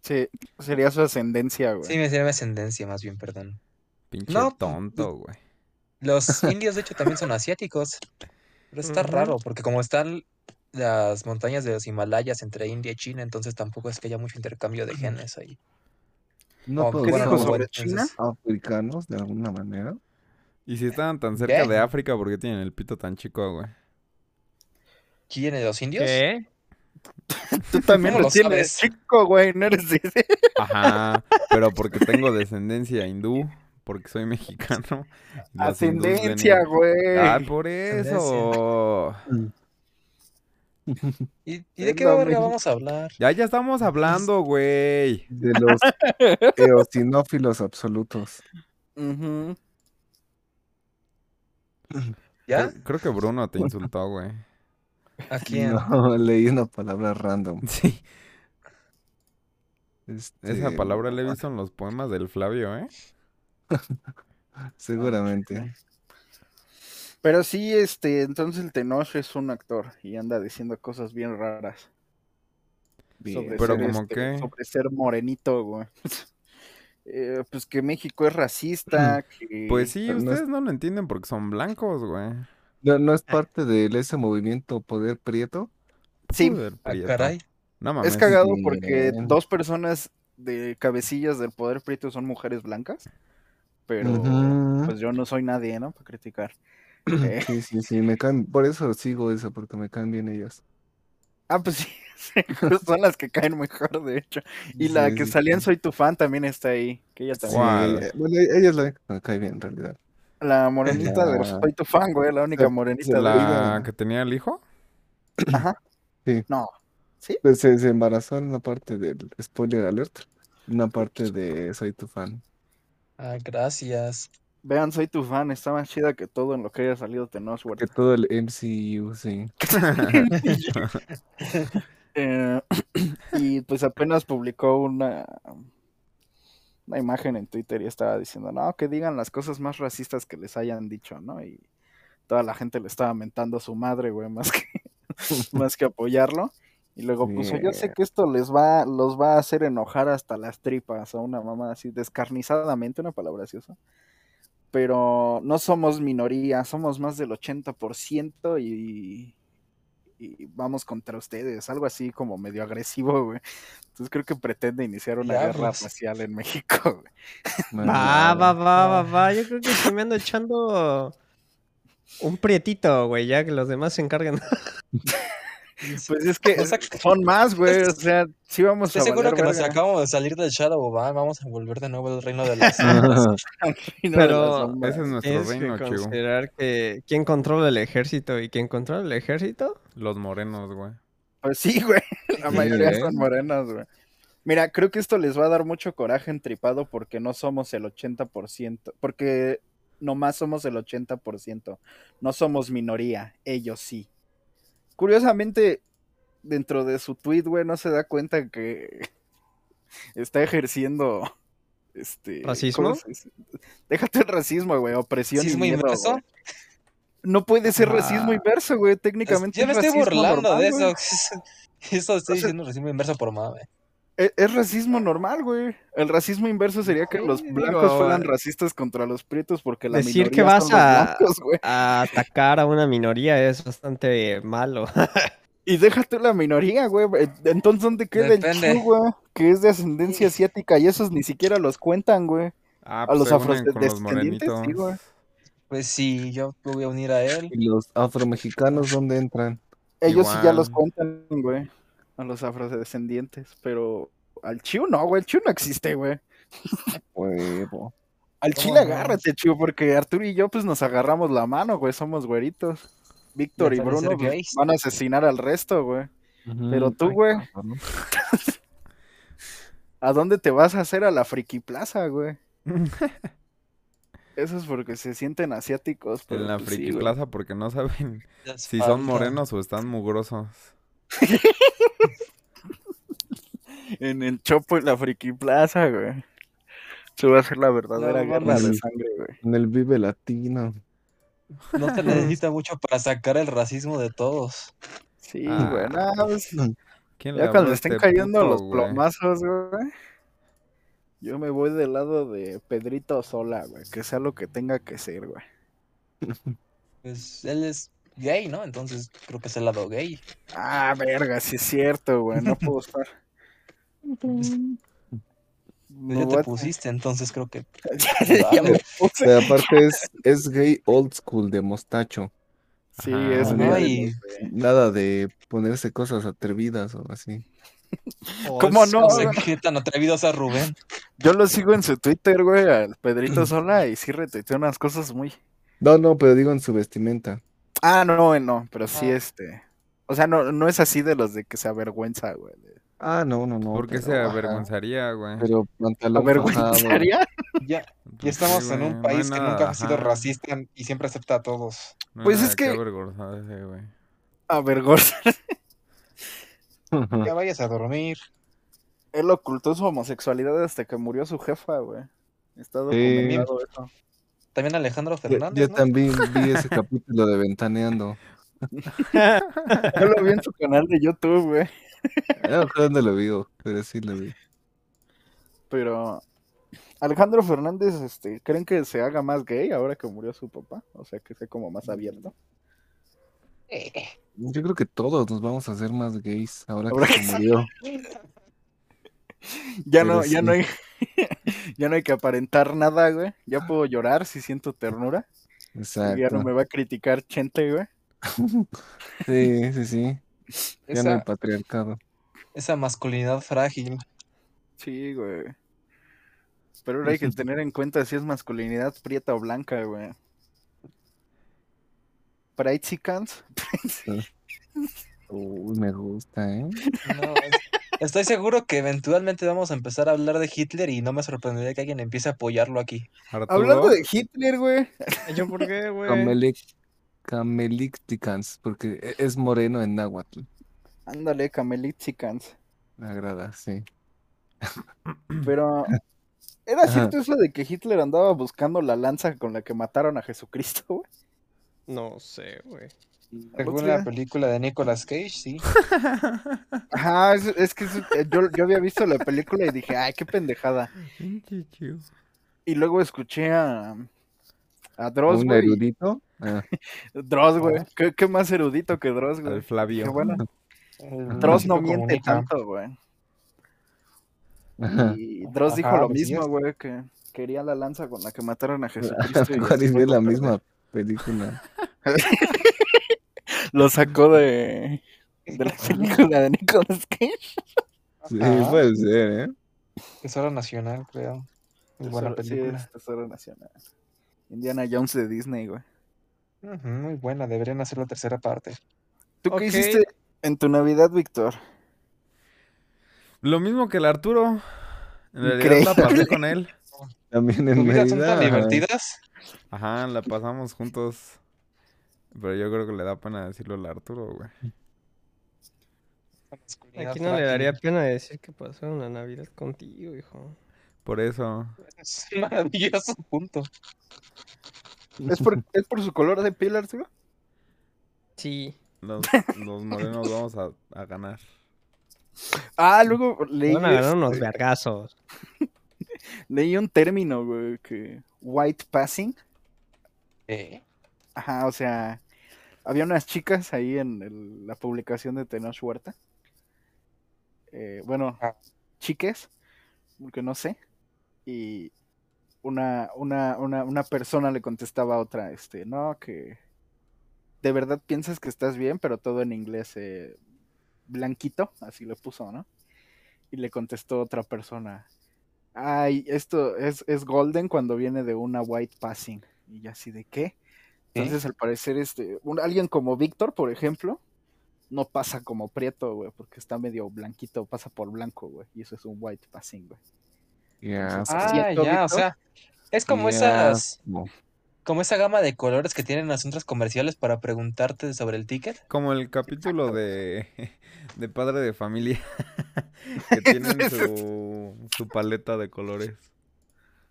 Sí, sería su ascendencia, güey.
Sí, me sirve ascendencia, más bien, perdón.
Pinche
No, pues,
tonto, güey.
*laughs*
Los indios, de hecho, también son asiáticos. Pero está
Ujú.
raro, porque como están las montañas de los Himalayas entre India y China, entonces tampoco es que haya mucho intercambio de genes ahí.
No
Oh,
todos
¿Qué
Bueno,
dijo
no,
son
sobre
bueno,
China?
entonces-
africanos de alguna manera.
Y si estaban tan cerca
¿Qué?
de África, ¿por qué tienen el pito tan chico, güey?
¿Quién es los indios?
¿Qué?
Tú también
¿Cómo
lo
lo
tienes,
sabes?
chico, güey. No eres de ese.
Ajá, pero porque tengo descendencia hindú, porque soy
*laughs*
mexicano. y los hindús ven
ascendencia,
en-
güey.
Ah, por eso.
¿Y, y
Es
de qué
lo
verga
mismo.
vamos a hablar?
Ya, ya estamos hablando, güey.
De
*laughs*
los eosinófilos absolutos.
Ujú.
¿Ya?
Creo- Creo que Bruno te insultó, güey.
Eh,
¿A quién?
No, *laughs* leí una palabra random.
Sí, esa
Este,
palabra la he visto en los poemas del Flavio, ¿eh?
Seguramente.
Pero sí, este, entonces el Tenoch es un actor y anda diciendo cosas bien raras. Sobre
Pero
ser, este,
como qué.
sobre ser morenito, güey. *laughs* Eh, pues que México es racista, que-
Pues sí,
pero no es-
ustedes no lo entienden porque son blancos, güey.
¿No, no es parte de ese movimiento poder prieto?
Sí,
Joder,
Ah,
prieto.
caray.
No mames.
es cagado
sí,
porque
bien.
dos personas de cabecillas del poder prieto son mujeres blancas, pero
Ujú.
pues yo no soy nadie, ¿no?
*clears throat*
Para criticar. Eh, *laughs*
Sí, sí, sí, me caen, por eso sigo eso, porque me caen bien ellas.
ah, pues sí, sí, justo son las que caen mejor, de hecho. Y la
Sí,
que
sí,
salía en
sí.
Soy tu fan también está ahí, que ella
Sí,
también.
¿Cuál?
eh, bueno, e- ella es la única que me cae bien en realidad.
La morenita de
La-
Soy tu fan, güey, la única
Se-
morenita
se
de
La
Digan.
que tenía el hijo.
Ajá.
Sí.
No.
Pues se, se embarazó en una parte del spoiler alert, una parte de Soy tu fan.
Ah, gracias.
Vean, soy tu fan, está más chida que todo en lo que haya salido Tenoch
Que
Huerta.
todo el MCU, sí.
Eh, *clears throat* y pues apenas publicó una, una imagen en Twitter y estaba diciendo, no, que digan las cosas más racistas que les hayan dicho, ¿no? Y toda la gente le estaba mentando a su madre, güey, más que, *laughs* más que apoyarlo. Y luego puso, yo sé que esto les va, los va a hacer enojar hasta las tripas a una mamá así, descarnizadamente, una palabra así, o sea, Pero no somos minoría, somos más del 80% y, y vamos contra ustedes, algo así como medio agresivo, güey. Entonces creo que pretende iniciar una guerra
Diablos.
racial en México, *laughs* güey.
Va, va, va, va,
Ah.
va. Yo creo que se me anda echando un prietito, güey, ya que los demás se encargan.
Pues es que
O sea,
son más, güey. O sea, sí vamos
Estoy
a
seguro
valer
que nos
verga.
acabamos de salir del Shadow Ban, vamos a volver de nuevo al reino de las sombras.
Ajá.
*laughs* Y no de las
pero
sombras.
Ese es nuestro
Tienes que
reino, Chu.
considerar que quién controla el ejército y quién controla el ejército
Los morenos, güey.
Pues sí, *laughs* güey. La
Sí,
mayoría
güey.
son morenas, güey. Mira, creo que esto les va a dar mucho coraje entripado porque no somos el 80%, porque nomás somos el 80%, no somos minoría, ellos sí. Curiosamente, dentro de su tweet, güey, no se da cuenta que *laughs* está ejerciendo este
¿Racismo?
¿cómo se dice? Déjate el racismo, güey, opresión
¿Racismo
y miedo,
inverso?
güey. No puede ser
Ah.
racismo inverso, güey, técnicamente
Pues, Yo me
es
estoy
racismo
burlando
normal,
de
güey.
eso. *laughs* Eso estoy
O sea-
diciendo racismo inverso por mame.
Es, e, es racismo normal, güey. El racismo inverso sería que los
Sí,
blancos
digo,
fueran
eh.
racistas contra los prietos porque la
Decir
minoría
que vas
son los
a-
blancos, güey.
A atacar a una minoría es bastante malo.
Y déjate la minoría, güey. Eh, Entonces, ¿dónde queda
Depende.
el chu, güey? Que es de ascendencia asiática y esos ni siquiera los cuentan, güey.
Ah,
A los
se unen con los
afrodescendientes, sí, güey.
morenitos.
Pues sí, yo me voy a unir a él.
¿Y los afromexicanos dónde entran?
Ellos sí ya los
Igual.
cuentan, güey. A los afrodescendientes. Pero al chiu no, güey. El chiu no existe, güey.
Huevo.
Al
¿Cómo
chile
no?
agárrate, chiu, porque Arturo y yo pues nos agarramos la mano, güey. Somos güeritos. Víctor y
Deja de ser
Bruno pues,
gays.
van a asesinar al resto, güey. Pero tú,
Ay,
güey.
cabrón.
¿A dónde te vas a hacer a la friki plaza, güey? Eso es porque se sienten asiáticos. pero
En la
pues sí,
friki
güey.
plaza porque no
*laughs*
saben
Les
si
falta.
son morenos o están mugrosos.
En el chopo en la friki plaza, güey. Se va a hacer la verdadera
No
guerra
mames.
de sangre, güey.
En el Vive Latino.
*laughs* No se necesita mucho para sacar el racismo de todos.
Sí,
Ah.
güey. nada más.
¿Quién le
ya
habló
cuando
a
estén
este
cayendo
puto,
los
güey?
plomazos, güey. Yo me voy del lado de Pedrito Sola, güey. Que sea lo que tenga que ser, güey.
Pues él es gay, ¿no? Entonces creo que es el lado gay.
Ah, verga, sí es cierto, güey. No puedo estar.
Pues,
Me
ya
voy
te
a-
pusiste, entonces creo que.
*laughs* Ya me puse.
Pero aparte es, es gay old school de mostacho.
Sí,
Ajá.
es
Ah,
Ay.
muy
Nada de ponerse cosas atrevidas o así.
*laughs*
¿Cómo no?
No sé pues, *laughs* qué tan atrevido sea Rubén.
Yo lo sigo en su Twitter, güey, al
*clears throat*
Pedrito Sola y sí retuitea unas cosas muy.
No, no, pero digo en su vestimenta.
Ah, no, no, pero sí
Ah.
este. O sea, no, no es así de los de que se avergüenza, güey.
Ah, no, no, no.
¿Por qué
pero-
se
ajá.
avergonzaría, güey?
Pero pantalón bajado.
¿Avergüenzaría?
Ya, ya
Pues sí,
estamos en
güey,
un
no hay
país que
nada,
nunca ha sido
ajá.
racista y siempre acepta a todos.
No hay
Pues
nada
es que-
avergonzarse, güey.
"Ah, Avergüenza.
*laughs*
Ah.
Ya vayas a dormir.
Él ocultó su homosexualidad hasta que murió su jefa, güey. Está
Sí.
documentado eso.
También Alejandro
Yo,
Fernández.
yo
¿no?
también
*laughs*
vi ese capítulo de Ventaneando.
Yo lo vi en su canal de YouTube, güey.
No me acuerdo dónde lo vio, pero sí lo vi.
Pero. Alejandro Fernández, este, ¿creen que se haga más gay ahora que murió su papá? O sea, que sea como más abierto.
Eh,
Yo creo que todos nos vamos a hacer más gays ahora
Ahora
Ah, que se murió.
*laughs* Ya
Pero
no, ya
sí.
no hay, *laughs* ya no hay que aparentar nada, güey. Ya puedo llorar si siento ternura. Y ya no
Ah.
me
Exacto.
va a criticar Chente, güey.
*laughs* Sí, sí, sí. Ya no hay
esa,
patriarcado.
esa masculinidad frágil.
Sí, güey. Pero ahora hay que tener en cuenta si es masculinidad prieta o blanca, güey. Praitzicans.
Uy, me gusta, ¿eh?
No, es- estoy seguro que eventualmente vamos a empezar a hablar de Hitler y no me sorprendería que alguien empiece a apoyarlo aquí.
Arturo,
Hablando de Hitler, güey.
¿Yo por qué, güey?
Camelic, camelicticans, porque e- es moreno en náhuatl.
Ándale, camelitzicans.
Me agrada, sí.
Pero. ¿Era
Ajá.
cierto eso de que Hitler andaba buscando la lanza con la que mataron a Jesucristo, güey?
No sé, güey.
Según
Hostia.
la película de Nicolas Cage, sí.
*laughs* Ajá, es, es que eso- eh, yo, yo había visto la película y dije, ay, qué pendejada.
Pinche chiu.
Y luego escuché a, a Dross, Ah.
¿Un
güey. y-
erudito? Ah, *laughs*
Dross, güey. ¿Qué, qué más erudito que Dross,
Al
güey?
Flavio.
Qué bueno.
El
Dross no
México
miente
comunica.
tanto, güey.
*laughs*
Mm,
ajá.
Y Dross dijo
Ajá,
lo
pues sí
mismo,
es.
güey, que quería la lanza con la que mataron a Jesucristo. y
Juan y
después
vio
lo
la
perdió.
misma
*laughs*
película.
Lo sacó de, de
*laughs*
la película de Nicolas Cage.
Sí,
Ajá,
puede ser, ¿eh?
Tesoro Nacional, creo. Muy buena
Tesoro- sí,
película.
es Tesoro Nacional. Indiana Jones de Disney, güey.
Ujú, muy buena, deberían hacer la tercera parte.
¿Tú
Ok.
qué hiciste en tu Navidad, Víctor?
Lo mismo que el Arturo. En realidad
Increíble.
la pasé
*laughs*
con él.
También en
Tus vidas son
Mérida.
tan divertidas.
Ajá, la pasamos juntos. Pero yo creo que le da pena decirlo al Arturo, güey.
Aquí no le daría pena decir que pasó una Navidad contigo, hijo.
Por eso.
*laughs* Es un maravilloso punto.
¿Es por, ¿Es por su color de piel, Arturo?
Sí.
Los, los morenos vamos a, a ganar.
Ah, luego leí,
Van a ganar unos
este,
vergazos.
leí un término, güey, que white passing.
Eh,
Ajá, o sea, había unas chicas ahí en el- la publicación de Tenoch Huerta. Eh, bueno,
Ah.
chiques, porque no sé. Y una, una, una, una persona le contestaba a otra, este, no, que de verdad piensas que estás bien, pero todo en inglés, eh, blanquito, así lo puso, ¿no? Y le contestó otra persona, ay, esto es, es golden cuando viene de una white passing. Y yo así de qué.
¿Qué?
Entonces, al parecer, este, un- alguien como Víctor, por ejemplo, no pasa como prieto, güey, porque está medio blanquito, pasa por blanco, güey, y eso es un white passing, güey.
Qué asco.
ah,
siento,
ya, o
Víctor.
sea, es como
Qué
esas,
asco.
como esa gama de colores que tienen las centros comerciales para preguntarte sobre el ticket.
Como el capítulo de, *laughs* de Padre de Familia. *laughs*
*laughs*
que tienen su, su paleta de colores.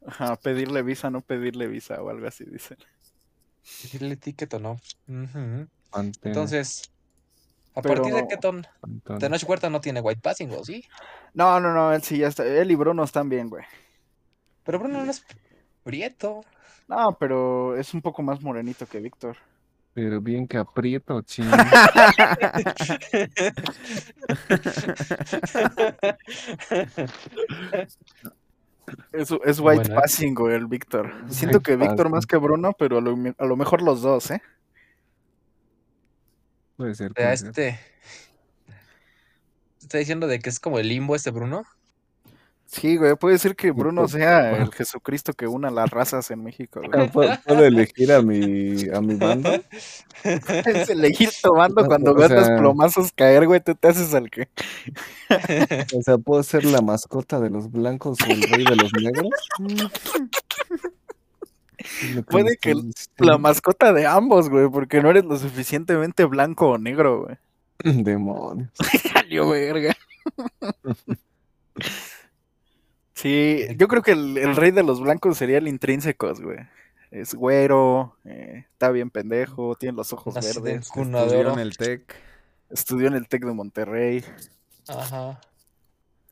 Ajá, pedirle visa, no pedirle visa o algo así, dicen.
Decirle ticket o no. Ujú.
Pantene,
Entonces, a
Pero-
partir de qué ton,
pantone.
Tenoch Huerta no tiene white passing, ¿o sí?
No, no, no, él sí ya está, él y Bruno están bien, güey.
Pero Bruno no es prieto.
No, pero es un poco más morenito que Víctor.
Pero bien que
*laughs*
aprieto, ching.
Es, es white
Bueno, eh.
passing, güey, el Víctor. Siento que Víctor más que Bruno, pero a lo, me- a lo mejor los dos, ¿eh?
Puede ser.
O sea,
puede ser.
este. Está diciendo de que es como el limbo este Bruno.
Sí, güey, puede ser que Bruno sea
Bueno.
el Jesucristo que una las razas en México, güey.
Ah, *laughs* ¿puedo, puedo elegir a mi, a mi
*laughs*
bando?
Es elegir tomando cuando
O
ves los
sea-
plomazos caer, güey, tú te haces al que.
O sea, ¿puedo ser la mascota de los blancos o el rey de los negros?
*laughs*
Es lo
Puede
me
que
están
La
diciendo.
mascota de ambos, güey, porque no eres lo suficientemente blanco o negro, güey.
*laughs* Demonios.
Salió verga. *laughs* Sí, yo creo que el, el rey de los blancos sería el intrínsecos, güey. Es güero, eh, está bien pendejo, tiene los ojos
Nacido en
verdes,
Cun- Uno de
Estudió en
oro.
el TEC.
estudió en el TEC de Monterrey.
Ajá.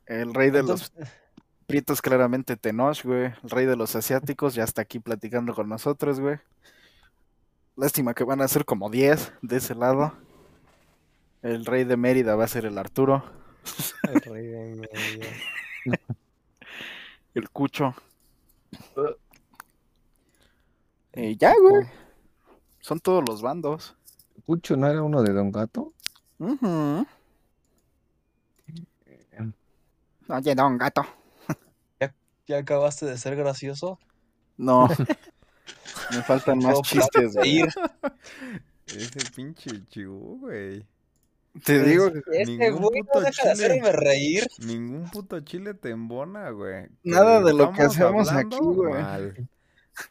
El rey de los
Entonces,
Prietos claramente Tenoch, güey. El rey de los asiáticos ya está aquí platicando con nosotros, güey. Lástima que van a ser como 10 de ese lado. El rey de Mérida va a ser el Arturo,
El rey de Mérida.
el Cucho. Y ya, güey. Son todos los bandos.
¿Cucho no era uno de Don Gato?
Ujú. Oye, don gato.
ya acabaste de ser gracioso.
No. Me faltan más
No,
chistes, güey.
Ir.
Ese pinche chivo, güey.
Te digo,
Este
Ningún
güey no
puto
deja de
chile.
hacerme reír.
Ningún puto chile te embona, güey.
Nada de lo que
estamos
hacemos
hablando
aquí, güey.
mal.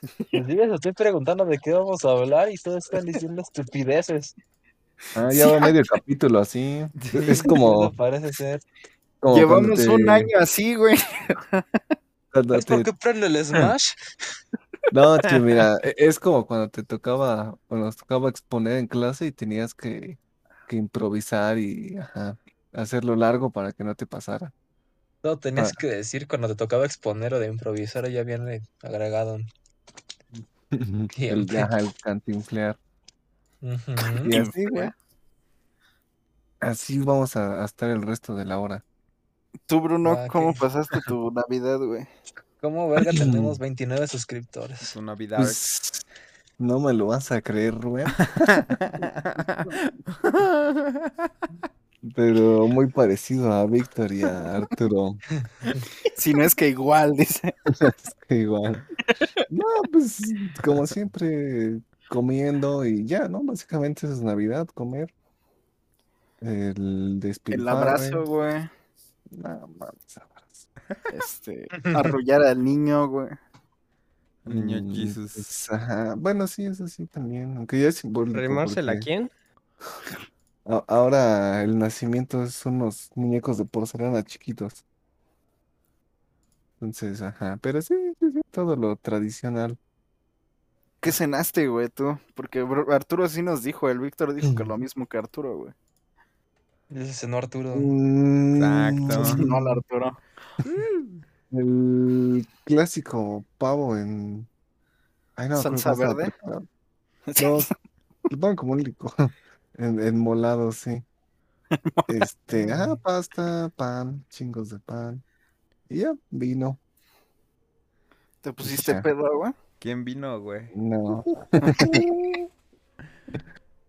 Pues Sí, les estoy preguntando de qué vamos a hablar y ustedes están diciendo estupideces.
Ah, ya va medio capítulo
*laughs*
así. Es
No
como,
parece ser.
como cuando
llevamos
te-
un año así, *laughs* güey.
cuando
¿Es
te-
porque prende el Smash?
No, tío,
*laughs*
mira, e- es como cuando te tocaba, o nos tocaba exponer en clase y tenías que, que improvisar y ajá, hacerlo largo para que no te pasara.
*laughs*
No, tenías
Ah.
que decir cuando te tocaba exponer o de improvisar, ya viene agregado.
El,
Siempre.
ajá, el cantinflear.
Ujú.
Y así, güey. Así vamos a, a estar el resto de la hora.
Tú, Bruno,
Ah,
¿cómo
ok.
pasaste
*laughs*
tu Navidad, güey?
¿Cómo verga tenemos 29 suscriptores?
Es una vida.
Pues, no me lo vas a creer, Rubén, pero muy parecido a Víctor y a Arturo. *laughs*
Si no es que igual, dice.
Es que Igual. No, pues como siempre, comiendo y ya, ¿no? Básicamente eso es Navidad, comer. El
El
Ah,
despilfarro.
abrazo, güey.
No, mames.
*laughs*
Este, arrullar al niño, güey.
Niño
Mm,
Jesus.
pues, ajá. Bueno, sí, eso sí también. Aunque ya es simbólico.
¿Rimársela a
porque
quién?
a- Ahora el nacimiento es unos muñecos de porcelana chiquitos. Entonces, ajá. Pero sí, sí, sí, todo lo tradicional.
¿Qué cenaste, güey, tú? Porque bro- Arturo sí nos dijo, el Víctor dijo
Mm.
que lo mismo que Arturo, güey. *laughs*
Él se cenó Arturo.
Exacto.
Mm,
No, el Arturo.
El clásico pavo en. Ay, no, me acuerdo
¿Salsa
cómo estaba
verde?
preparado. No, lo ponen como un licor. *laughs* En, enmolado,
*laughs*
sí. Este, ah, pasta, pan, chingos de pan. Y ya, vino.
¿Te pusiste
Ya.
pedo, güey?
¿Quién vino, güey?
No.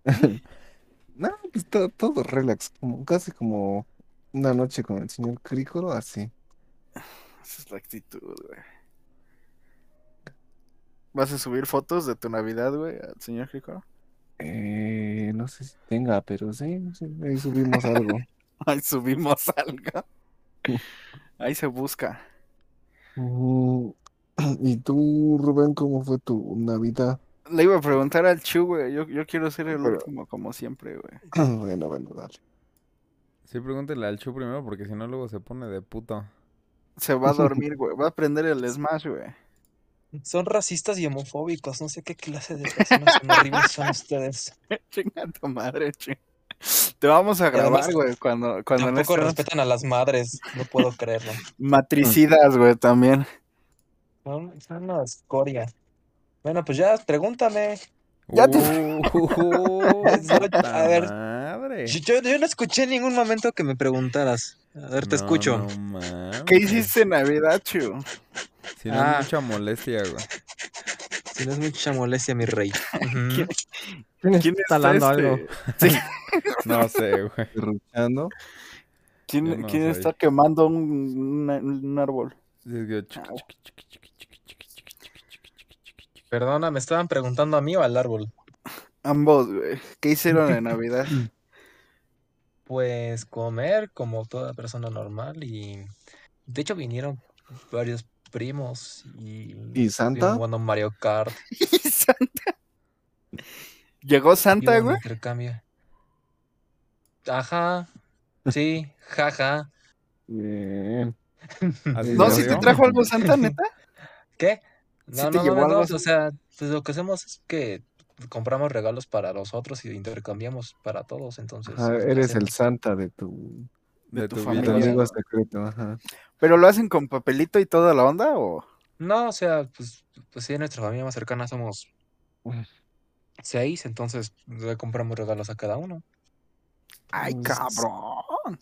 no, pues to- todo relax, como, casi como una noche con el señor Crícolo, así.
Esa es la actitud, güey. ¿Vas a subir fotos de tu Navidad, güey, al señor *laughs* Jicoro?
Eh, no sé si tenga, pero sí, sí, ahí subimos algo.
Ahí subimos algo. Ahí se busca.
Ujú. ¿Y tú, Rubén, cómo fue tu Navidad? *clears throat*
Le iba a preguntar al Chu, güey. Yo, yo quiero ser el
Pero-
último, como siempre, güey.
Bueno, bueno, dale.
Sí, pregúntele al Chu primero porque si no luego se pone de puto.
Se va a dormir, güey. Va a prender el Smash, güey.
Son racistas y homofóbicos. No sé qué clase de personas tan horribles
*laughs*
son ustedes.
Chinga tu madre, ching. Te vamos a
además,
grabar, güey, cuando, cuando Pues no
Tampoco
estemos-
respetan a las madres. No puedo creerlo.
Matricidas, güey, también.
Son son una escoria. Bueno, pues ya, pregúntame.
*laughs*
Ya te- *laughs*
Uh, puta
A ver.
madre.
Yo, yo- yo no escuché en ningún momento que me preguntaras. A ver, te
No,
escucho.
no mames.
¿Qué hiciste en Navidad, Chu?
Si no
Ah.
es mucha molestia, güey.
Si no es mucha molestia,
*laughs*
mi rey. Ujú.
¿Quién-
¿Quién
¿Quién
está
está
talando
este?
algo?
No sé, güey.
Ruchando.
Yo
¿Quién,
no
quién
soy.
está quemando un, una- un árbol?
Es que chuc,
Au.
chuc, chuc, chuc, chuc, chuc, chuc, chuc, chuc, chuc, chuc, chuc.
Perdona, me estaban preguntando a mí o al árbol.
Ambos, güey. ¿Qué hicieron en Navidad? *laughs*
Pues comer como toda persona normal y de hecho vinieron varios primos y
¿Y
estuvieron
Santa?
jugando Mario Kart.
¿Y Santa? ¿Llegó Santa,
hubo un
güey?
intercambio. Ajá. Sí, jaja.
Bien.
Así
Sí,
No,
ya
si
salió.
te trajo algo Santa, neta.
¿Qué?
¿Sí
No,
te
no, no,
llevó
no,
algo
no,
así?
o sea, pues lo que hacemos es que compramos regalos para los otros y intercambiamos para todos, entonces
Ajá,
es lo que
Ah, eres el
hacemos.
santa de tu,
De,
de tu
tu,
de tu
familia.
vida.
amigo secreto. Ajá.
¿Pero lo hacen con papelito y toda la onda o...?
No, o sea, pues, pues sí, nuestra familia más cercana somos pues, seis, entonces le compramos regalos a cada uno.
¡Ay,
Pues-
cabrón!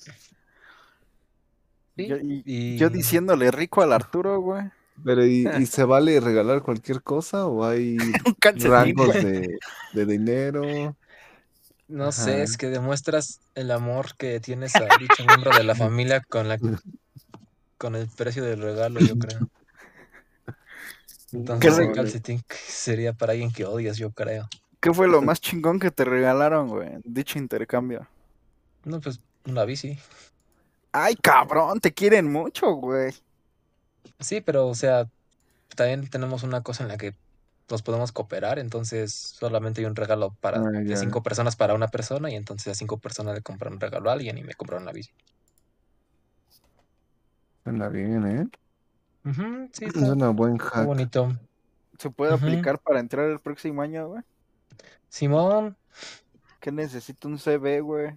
Sí,
Yo, y-
y
yo diciéndole rico al Arturo, güey.
Pero, ¿y,
*laughs*
y se vale regalar cualquier cosa o hay
Un calcetín,
rangos
güey.
de, de dinero?
no sé,
Ajá.
es que demuestras el amor que tienes a dicho miembro de la familia con
*laughs*
la con el precio del regalo, yo creo. Entonces,
re-
un calcetín que sería para alguien que odias, yo creo.
¿Qué fue lo más chingón que te regalaron, güey? en Dicho intercambio.
No, pues una bici.
¡Ay, cabrón! Te quieren mucho, güey.
Sí, pero o sea, también tenemos una cosa en la que nos podemos cooperar, entonces solamente hay un regalo para
Ah,
de
ya.
cinco personas para una persona y entonces a cinco personas le compraron un regalo a alguien y me compraron la bici.
Suena bien, ¿eh?
Ujú, sí, está
Suena buen
está
hack.
bonito.
¿Se puede
Ujú.
aplicar para entrar el próximo año, güey?
Simón,
¿Qué necesito? Un CV, güey.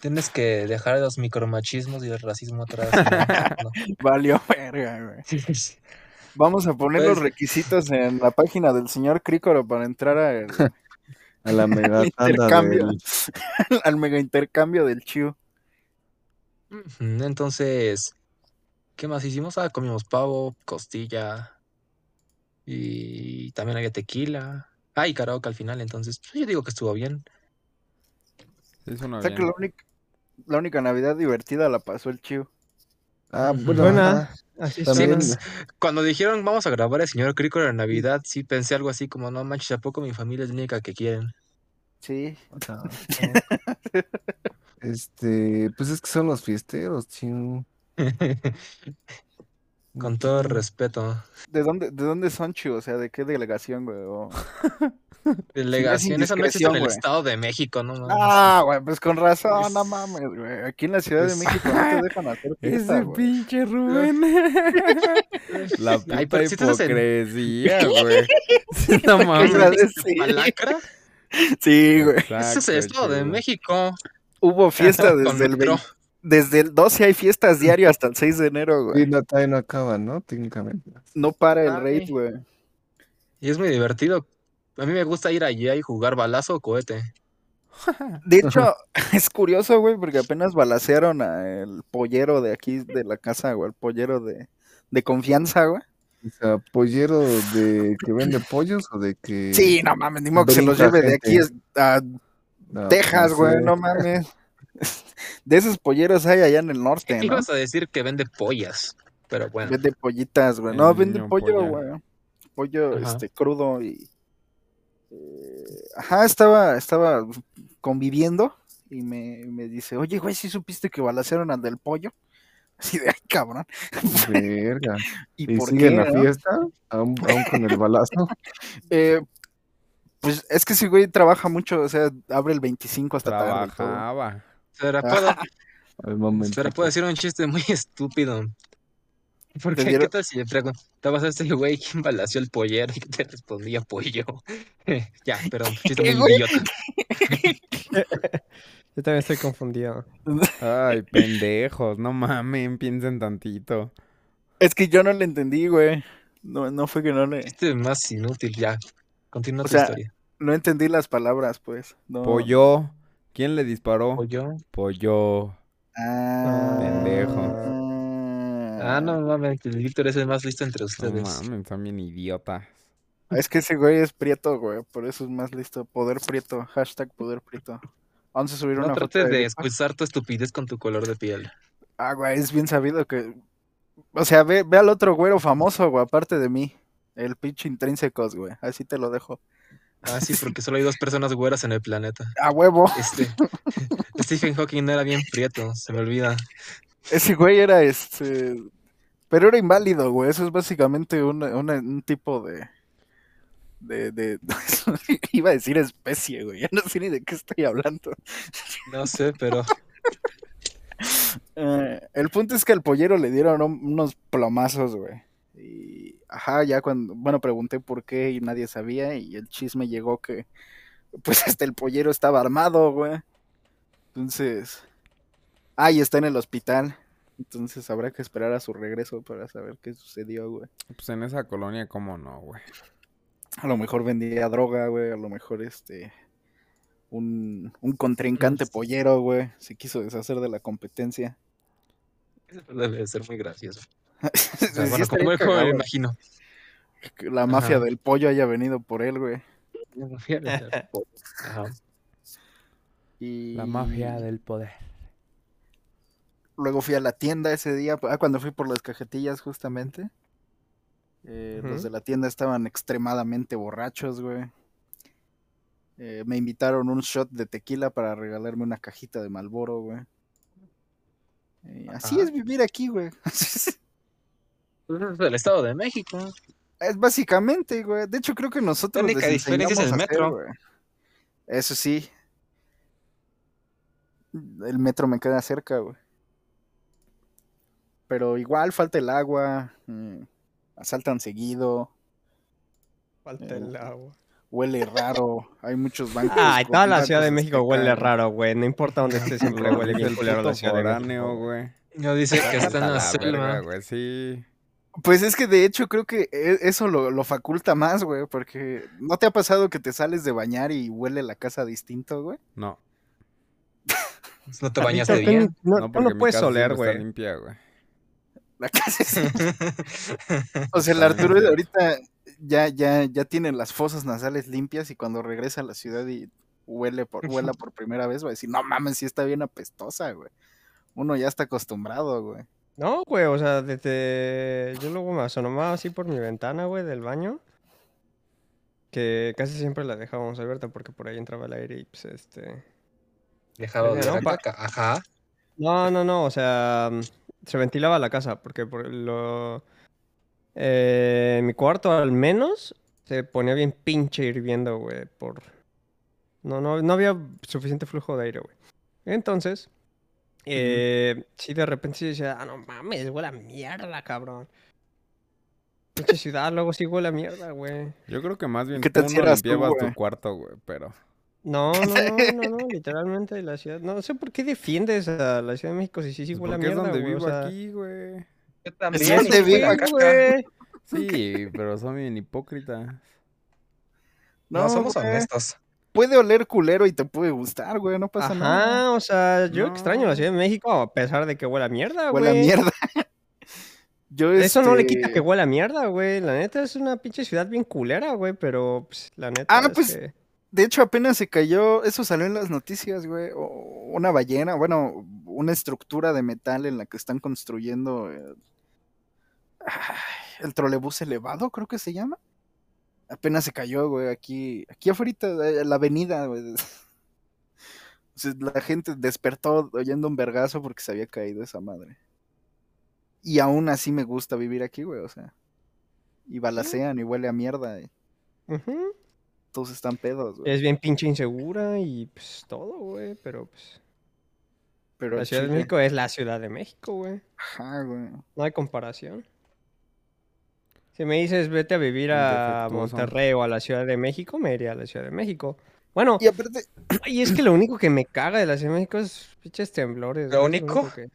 tienes que dejar los micromachismos y el racismo atrás. *laughs* ¿no? No.
Valió *laughs* verga, güey.
Sí, sí, sí.
Vamos a poner los
Pues-
requisitos en la página del señor Crícoro para entrar
*laughs*
al,
A
*laughs*
la mega tanda
intercambio.
del...
*laughs* al mega intercambio del Chiu.
Ujú, Mm, Entonces, ¿qué más hicimos? Ah, comimos pavo, costilla y también había tequila. Ah, y karaoke al final, entonces pues, yo digo que estuvo bien.
Sí, suena
O sea que
bien.
la única, la única Navidad divertida la pasó el Chiu.
Ah, bueno,
Buena.
ajá.
Así
Sí,
También,
pues, cuando dijeron vamos a grabar el señor Crícola en Navidad, sí pensé algo así como, no *laughs* manches, ¿a poco mi familia es la única que quieren?
Sí.
Ah, Este, pues es que son los fiesteros, ching.
Con todo el respeto.
¿De dónde, de dónde son, Chu? O sea, ¿de qué delegación, güey? O-
Delegación, esa no existe en el
indiscreción, güey.
Estado de México, no mames.
Ah, güey, pues con razón,
Es-
no mames, güey. Aquí en la Ciudad de
es-
México no te dejan
*laughs*
hacer fiesta,
Ese
güey.
pinche
*laughs*
*laughs*
Rubén. La puta
*laughs* Ay, pero sí te hacen-
hipocresía, güey. no mames.
Otra vez,
¿Dijiste
sí. *laughs*
palacra?
Sí, güey.
Ese es el Estado de
Exacto,
México.
Hubo fiesta
Con
desde el,
metro.
20 desde el 12, hay fiestas diario hasta el 6 de enero,
Y
güey.
no, todavía no acaban, ¿no? Técnicamente.
No para el
Ay.
raid, güey.
Y es muy divertido. A mí me gusta ir allá y jugar balazo o cohete.
De hecho, *laughs* es curioso, güey, porque apenas balacearon al pollero de aquí de la casa, güey, el pollero de, de confianza, güey.
O sea, pollero de que vende pollos o de que.
Sí, no mames, ni modo que se los
brinca
lleve de aquí
gente. Ah,
a
No,
Texas,
no
güey,
sé.
no mames. De esos polleros hay allá en el norte, ¿no?
Ibas a decir que vende pollas, pero bueno.
Vende pollitas, güey.
El
No, vende
niño
pollo,
polla.
güey. Pollo
Ajá.
este crudo y eh, ajá, estaba estaba conviviendo y me, me dice, "Oye, güey, ¿sí supiste que balacearon al del pollo?" *laughs* Así de, "Ay, cabrón."
Verga.
*laughs* ¿Y,
¿Y
por
sigue
qué?
la
no?
fiesta? Aún, aún con el balazo.
Eh, pues es que ese güey trabaja mucho, o sea, abre el 25 hasta tarde. y todo.
Trabajaba.
Espera, ¿puedo,
Ah,
Al momento.
espera, pues. puedo decir un chiste muy *laughs* estúpido.
Te
Porque, ¿qué
dieron-
tal si le preguntabas a este güey quién balació el pollero y que te respondía pollo? *laughs* ya, perdón, chiste muy
Güey.
idiota.
Yo también estoy confundido.
Ay, pendejos, no mamen, piensen tantito.
Es que yo no le entendí, güey. No, no fue que no le
Este más inútil, ya. Continúa
O
tu
sea,
historia.
no entendí las palabras, pues. No.
Pollo. ¿Quién le disparó?
¿Pollo?
Pollo.
Ah.
Pendejo.
Ah, no mames, el Víctor es el más listo entre
No
ustedes.
mamen, son bien idiotas.
Es que ese güey es prieto, güey. Por eso es más listo. Poder prieto. Hashtag poder prieto. Vamos a subir
No,
una foto. de
trates de
él.
excusar tu estupidez con tu color de piel.
Ah, güey, es bien sabido que. O sea, ve, ve al otro güero famoso, güey, aparte de mí. El pinche intrínsecos, güey. Así te lo dejo.
Ah, sí, porque solo hay dos personas güeras en el planeta.
A huevo.
Este, *laughs* Stephen Hawking no era bien prieto, se me olvida.
Ese güey era este. Pero era inválido, güey. Eso es básicamente un, una- un tipo de. De, de- *laughs* Iba a decir especie, güey. Ya no sé ni de qué estoy hablando.
No sé, pero
Eh, el punto es que al pollero le dieron un- unos plomazos, güey. Y, ajá, ya cuando, bueno, pregunté por qué y nadie sabía y el chisme llegó que, pues *laughs* hasta el pollero estaba armado, güey. Entonces, ah, y está en el hospital. Entonces habrá que esperar a su regreso para saber qué sucedió, güey.
Pues en esa colonia, ¿cómo no, güey?
A lo mejor vendía droga, güey. A lo mejor este. Un, un contrincante
Ujú.
pollero, güey. Se quiso deshacer de la competencia. *laughs*
debe ser muy gracioso.
Sí,
O sea,
sí
bueno,
estaría
como el juego me lo
cagado.
imagino.
que la mafia
Ajá.
del pollo haya venido por él, güey.
Ajá.
Y
La mafia del poder.
Luego fui a la tienda ese día, ah, cuando fui por las cajetillas justamente. eh, Los
Ujú.
de la tienda estaban extremadamente borrachos, güey. Eh, me invitaron un shot de tequila para regalarme una cajita de Malboro, güey. Eh, así
Ajá.
es vivir aquí, güey. *laughs* es
Pues es Del Estado de México.
básicamente, güey. De hecho, creo que nosotros
La
les
única diferencia es el
enseñamos a hacer,
metro.
güey. Eso sí. El metro me queda cerca, güey. Pero igual falta el agua. mm, Asaltan seguido.
Falta el agua.
Huele raro. *laughs* Hay muchos bancos.
Ay,
con
toda la
bancos
Ciudad de
que
México
se
huele
caen.
raro, güey. No importa dónde esté, siempre huele bien
El
culero la
puto
Ciudad de
foráneo,
México.
güey.
No dice que está en
Hasta
la
la verga,
selva.
güey, sí.
Pues es que de hecho creo que e- eso lo, lo faculta más, güey. Porque ¿no te ha pasado que te sales de bañar y huele la casa distinto, güey?
No,
No te
Carlito,
bañaste
tú
bien.
No,
no,
tú
porque
no
mi
puedes
casa
oler,
siempre está
güey.
limpia, güey.
La
*laughs*
casa es- O sea, el Arturo
Totalmente.
ahorita ya, ya, ya tiene las fosas nasales limpias y cuando regresa a la ciudad y huele por, huela por primera vez, va a decir, no mames, sí está bien apestosa, güey. Uno ya está acostumbrado, güey.
No, güey, o sea, desde. Yo luego me asomaba así por mi ventana, güey, del baño. Que casi siempre la dejábamos abierta porque por ahí entraba el aire y pues este.
*laughs* Dejado de
Pero
la
no, pa-
paca. Ajá.
No, no, no, o sea, mm, se ventilaba la casa, porque por lo... eh, en mi cuarto al menos se ponía bien pinche hirviendo, güey, por... No, no, no había suficiente flujo de aire, güey. Entonces, eh, sí, de repente sí decía, ah, no mames, huele a mierda, cabrón. Pinche ciudad, luego sí huele a mierda, güey.
Yo creo que más bien
¿Qué
tú
tal
no
si eras tú,
limpiabas tu
güey?
cuarto, güey, pero...
No, no,
*laughs*
no, no, no, literalmente la ciudad. No sé por qué defiendes a la Ciudad de México si sí, sí
pues,
huele a
porque es
mierda,
donde
güey, o
vivo
sea,
aquí, güey.
Yo
Es
también.
donde
hijo de
vivo,
la
Sí,
caca.
güey.
Sí, pero son bien hipócritas.
No, somos
güey.
honestos.
Puede oler culero y te puede gustar, güey, no pasa nada.
Ajá, o sea, yo extraño la
No.
Ciudad de México a pesar de que huele a mierda,
Huele a
güey.
mierda. *laughs* Yo
Eso no le quita
este,
que huele a mierda, güey. La neta es una pinche ciudad bien culera, güey, pero pues, la neta
Ah, no,
es
pues,
que-
De hecho, apenas se cayó, eso salió en las noticias, güey. o- Una ballena, bueno, una estructura de metal en la que están construyendo eh, ay, el trolebús elevado, creo que se llama. Apenas se cayó, güey, aquí, aquí afuera, la avenida, güey. *laughs* O sea, La gente despertó oyendo un vergazo porque se había caído esa madre. Y aún así me gusta vivir aquí, güey, o sea. Y balacean y huele a mierda, y
Ujú.
todos están pedos, güey.
es bien pinche insegura y pues todo, güey, pero pues
Pero
la Ciudad de
Chile-
México es la Ciudad de México, güey.
Ajá, güey.
No hay comparación. Si me dices vete a vivir
El
a
defectuoso.
Monterrey o a la Ciudad de México, me iría a la Ciudad de México. Bueno,
Y aparte,
y es que lo único que me caga de la Ciudad de México es pinches temblores.
¿Lo
güey, es
único?
que-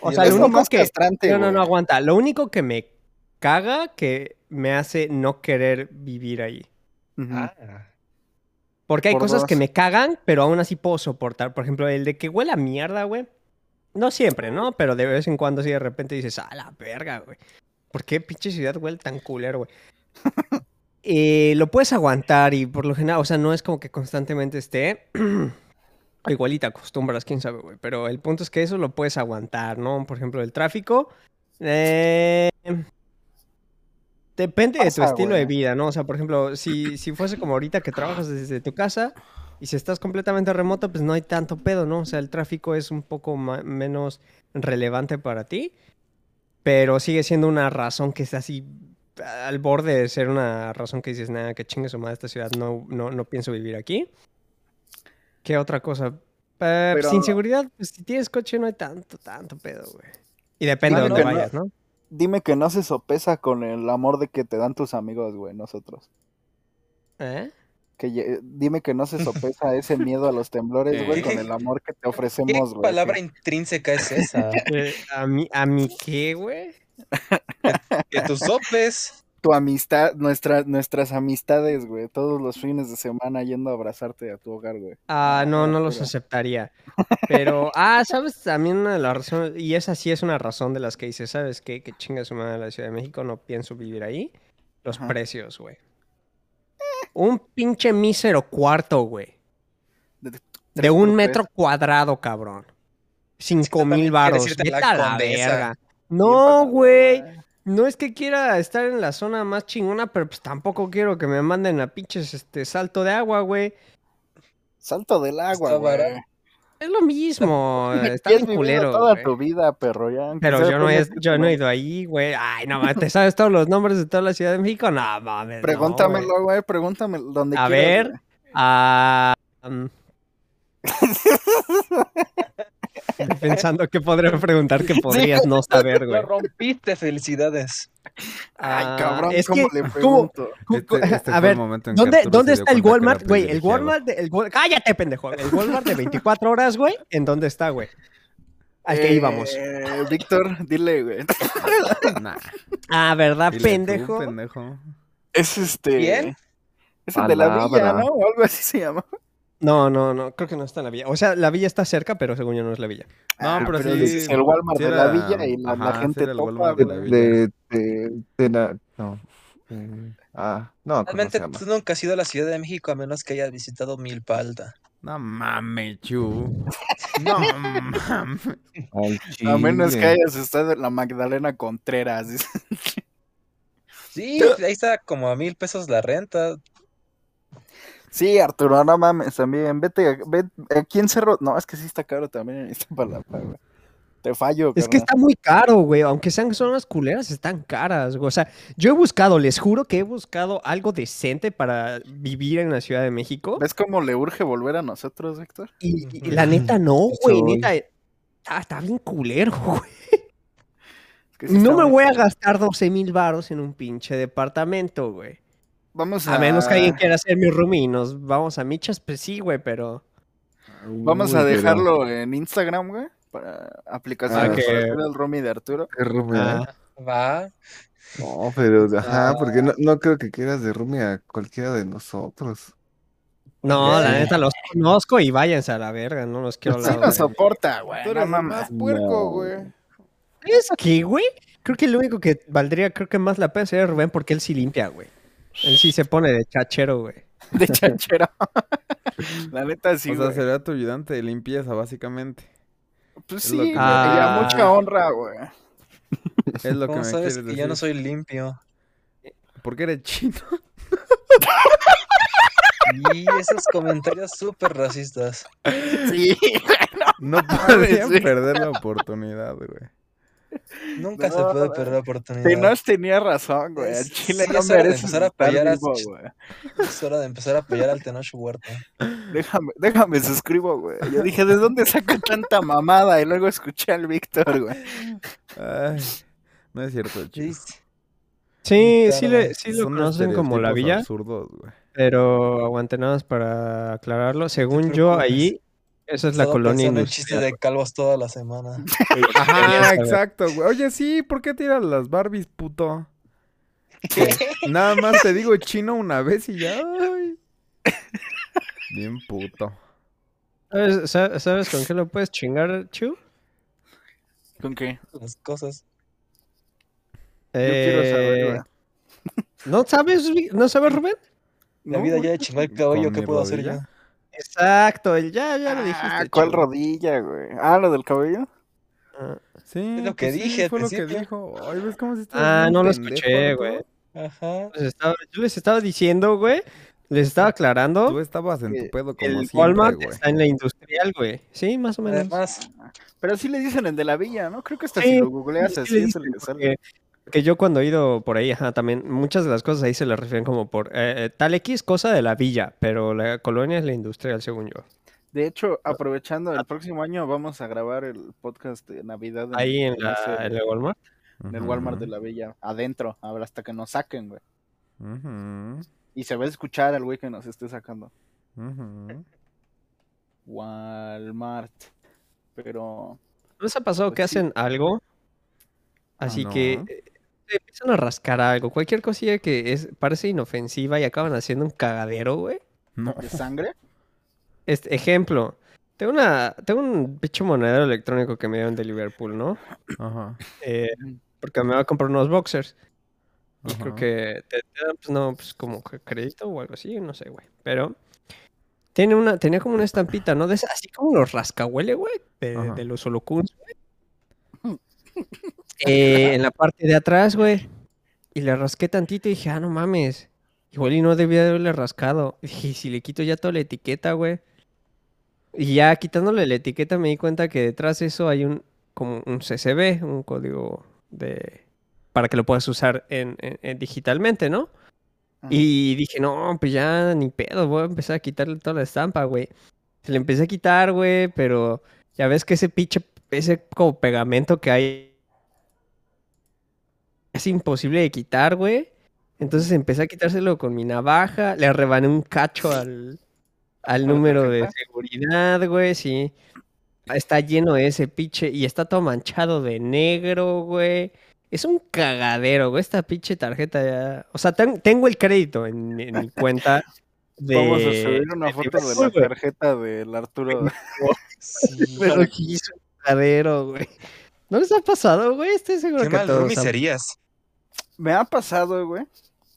O
Y
sea,
el
lo
es lo
único
más
que...
castrante,
No, no,
güey.
no, aguanta. Lo único que me caga que me hace no querer vivir ahí.
Ujú.
Ah.
Porque hay
Por
cosas que
dos.
me cagan, pero aún así puedo soportar. Por ejemplo, el de que huele a mierda, güey. No siempre, ¿no? Pero de vez en cuando así de repente dices, a la verga, güey. ¿Por qué pinche ciudad huele tan culero, güey? *laughs* Eh, lo puedes aguantar y por lo general, o sea, no es como que constantemente esté. *clears throat* O Igual y te acostumbras, quién sabe, güey. Pero el punto es que eso lo puedes aguantar, ¿no? Por ejemplo, el tráfico. eh, depende de tu
Pasa,
estilo de
güey.
vida, ¿no? O sea, por ejemplo, si, si fuese como ahorita que trabajas desde tu casa y si estás completamente remoto, pues no hay tanto pedo, ¿no? O sea, el tráfico es un poco ma- menos relevante para ti, pero sigue siendo una razón que está así al borde de ser una razón que dices, nada, que chingue su madre esta ciudad, no, no, no pienso vivir aquí. ¿Qué otra cosa? Eh, pues,
Pero-
inseguridad, pues si tienes coche no hay tanto, tanto pedo, güey. Y depende de
Claro,
dónde
¿no?
vayas, ¿no?
Dime que no se sopesa con el amor de que te dan tus amigos, güey, nosotros.
¿Eh?
Que ye- dime que no se
*laughs*
sopesa ese miedo a los temblores, güey, con el amor que te
¿Qué
ofrecemos, güey.
palabra
que-
intrínseca es esa?
Eh, ¿A mí, a mí qué, güey?
que tus
*laughs*
sopes.
Tu amistad, nuestra, nuestras amistades, güey, todos los fines de semana yendo a abrazarte a tu hogar, güey.
Ah,
Ah,
no, no
claro,
los
claro.
aceptaría. Pero, ah, sabes, también una de las razones, y esa sí es una razón de las que dices, ¿sabes qué? Que chinga su madre la Ciudad de México, no pienso vivir ahí. Los
Ajá.
precios, güey. Un pinche mísero cuarto, güey. De
Tres por
un
tres.
metro cuadrado, cabrón. Cinco mil
también quieres
varos.
irte a
Vete
la
a la
Condesa.
verga.
Y
No,
empezamos,
güey. No es que quiera estar en la zona más chingona, pero pues tampoco quiero que me manden a pinches este salto de agua, güey.
Salto del agua,
Está
güey.
barato.
Es lo
*laughs*
mismo. Ah, Está
Y has
bien
vivido
culero.
toda
güey.
tu vida, perro, ya. aunque
Pero
sea
yo no, he,
apenas-
yo no he ido ahí, güey. Ay, no mames, ¿te sabes todos los nombres de toda la Ciudad de México? No mames. no, güey.
Pregúntamelo, güey, pregúntame donde
A
quieras,
ver.
güey.
Ah, mm. Estoy pensando qué podría preguntar
*laughs*
que podrías no saber, güey.
Lo rompiste, felicidades.
Ah,
Ay, cabrón,
es
¿cómo
que-
le
¿cómo-
pregunto?
Cu-
Este,
cu- *laughs*
este
a
fue
ver,
el momento en que
¿dónde,
Arturo se
¿dónde
dio
está el
cuenta que era
Walmart? Güey, el
privilegiado.
Walmart, de- el, Wal- cállate, pendejo. El Walmart de 24 horas, güey, ¿en dónde está, güey? Al que
Eh,
íbamos.
Víctor, dile, güey.
*laughs*
*laughs* Nah,
Ah, ¿verdad,
dile tú,
pendejo?
pendejo.
Es este.
¿Bien?
Es el de la villa,
Palabra.
¿no? O algo así se llama.
No, no, no, creo que no está en la villa. O sea, la villa está cerca, pero según yo no es la villa.
No, Ah, pero sí-
dices el Walmart
sí
de la
era-
villa y la, la
ajá, sí
gente
era el
topa,
Walmart de
De,
la
güey.
villa.
de, de, de na- no. Eh, ah, no, ¿cómo
Realmente
se llama?
tú nunca has ido a la Ciudad de México a menos que hayas visitado Milpalta.
No mames,
*laughs*
Chu. No mames.
Al
A menos que
chile.
hayas estado en la Magdalena Contreras. dice. *laughs*
pues, Sí, ahí está como a mil pesos la renta.
Sí, Arturo, no mames, también. Vete, a- ve, aquí en Cerro. No, es que sí está caro también en esta palabra, güey. Te fallo,
Es que
carnal.
está muy caro, güey. Aunque sean zonas culeras, están caras, güey. O sea, yo he buscado, les juro que he buscado algo decente para vivir en la Ciudad de México.
¿Ves cómo le urge volver a nosotros, Víctor?
Y, y la neta no,
Soy.
güey. Neta, está, está bien culero, *laughs* güey.
Es que sí
No
está
me
muy
voy a
caro.
gastar 12 mil baros en un pinche departamento, güey.
Vamos a,
A menos que
Ah.
alguien quiera ser mi roomie y nos vamos a michas, pues sí, güey, pero...
Vamos a
Uy, pero
dejarlo en Instagram, güey. Para aplicación
Ah,
para
que-
hacer el roomie de Arturo.
qué roomie,
Ah,
Va.
¿eh? No, pero,
Ah.
ajá, porque no, no creo que quieras de roomie a cualquiera de nosotros.
no,
Ok.
la neta, los conozco y váyanse a la verga, no los quiero
Sí
hablar.
nos soporta, güey.
Tú
No
eres el
mames.
más
No.
puerco, güey.
¿Sabes qué, güey? Creo que el único que valdría, creo que más la pena sería Rubén porque él sí limpia, güey. Él sí se pone de chachero, güey.
de chanchero. *laughs* la neta sí,
o sea,
güey.
será tu ayudante de limpieza,
*laughs*
básicamente.
Pues
es
sí,
lo que-
güey, y a
Ah.
mucha honra, güey.
Es lo que
¿Cómo
me
sabes
quieres
que
decir.
yo no soy limpio?
Porque eres chino.
Y esos comentarios súper racistas.
*laughs*
Sí.
No *laughs* podrían
sí.
perder la oportunidad, güey.
Nunca se
No,
puede
güey.
perder la oportunidad.
Tenoch tenía razón, güey. El
Es-
chile
sí,
no
es hora de
merece
empezar a
estar
apoyar a-
vivo, güey.
Es hora de empezar a apoyar al Tenoch Huerta.
Déjame, déjame suscribo, güey. Yo dije, ¿de dónde saca tanta mamada? Y luego escuché al Víctor, güey.
Ay, no es cierto, chino.
Sí,
Sí,
Claro,
sí, le, sí lo
Son
conocen como la
estereotipos
villa,
absurdos, güey.
pero aguante nada más para aclararlo. Según yo,
preocupes.
allí, esa es
he
la
estado
colonia
pensando en chistes
industrial.
de calvos toda la semana.
quería
Ajá,
saber.
exacto, güey. Oye, sí, ¿por qué tiras las Barbies, puto?
¿Qué?
*laughs* Nada más te digo chino una vez y ya. ay. Bien puto.
¿Sabes, sa- sabes con qué lo puedes chingar, Chu?
¿Con qué?
Las cosas.
Yo quiero
Eh,
saber, güey.
¿No sabes, Ru- no sabes, Rubén?
La
No,
vida
güey.
ya de chingar el cabello,
¿Con
¿qué
mi
puedo hacer yo?
rodilla?
Exacto, el- ya, ya lo dijiste.
Ah, ¿cuál
Chu.
rodilla, güey? Ah, lo del cabello.
Ah,
Sí,
Es lo que
pues sí,
dije al
fue lo que
principio.
dijo. Ay, ¿ves cómo se
Ah, no lo escuché, güey.
Ajá.
les estaba- yo les estaba diciendo, güey, les estaba aclarando.
Tú estabas en tu
El-
pedo como
El
siempre,
Walmart
güey.
está en la industrial, güey. Sí, más o menos.
Además,
Pero sí le dicen el de la villa, ¿no? Creo que hasta
Sí,
si lo googleas
Sí,
así
le
es el
dicen,
que sale.
porque, porque yo cuando he ido por ahí, ajá, también muchas de las cosas ahí se las refieren como por eh, eh, tal X cosa de la villa, pero la colonia es la industrial, según yo.
De hecho,
Ah,
aprovechando, el próximo año vamos a grabar el podcast de Navidad. en-
Ahí en la
ese-
en el Walmart.
en el Walmart de
Ujú,
la Villa, adentro, a ver, hasta que nos saquen, güey.
ujú,
Y se va a escuchar al güey que nos esté sacando.
ujú.
Walmart. Pero.
¿No les ha pasado
Pues
que
sí.
hacen algo? Así
Ah, no.
que eh, se empiezan a rascar algo, cualquier cosilla que es, parece inofensiva y acaban haciendo un cagadero, güey.
No.
¿De sangre?
Este, ejemplo, tengo una, tengo un bicho monedero electrónico que me dieron de Liverpool, ¿no?
Ajá.
Eh,
Ujú.
porque me va a comprar unos boxers. Y
ajá.
creo que te, te dan, pues no, pues como que crédito o algo así, no sé, güey. Pero tiene una, tenía como una estampita, ¿no? De esas, así como los rascahuele, güey, de,
Ajá.
de los holocuns, güey. Eh, en la parte de atrás, güey. Y le rasqué tantito y dije, ah, no mames. Igual y no debía de haberle rascado. *laughs* Y dije, "Y si le quito ya toda la etiqueta, güey. Y ya quitándole la etiqueta me di cuenta que detrás de eso hay un como un CCB, un código de para que lo puedas usar en, en- en- digitalmente, ¿no?
Ajá.
*laughs* Y dije, no, pues ya ni pedo, voy a empezar a quitarle toda la estampa, güey. Se le empecé a quitar, güey, pero ya ves que ese pinche, ese como pegamento que hay es imposible de quitar, güey. Entonces empecé a quitárselo con mi navaja, le rebané un cacho al, al
la
número de
tarjeta?
seguridad, güey, sí. Está lleno de ese pinche y está todo manchado de negro, güey. Es un cagadero, güey, esta pinche tarjeta ya... O sea, ten- tengo el crédito en, en
*laughs*
mi cuenta de...
Vamos a subir una
de
foto de la
Liverpool, güey.
tarjeta del Arturo.
sí,
Pero que hizo un cagadero, güey. ¿No les ha pasado, güey? Estoy seguro
qué
que a
mal
todos.
roomie
han-
serías.
Me ha pasado, güey,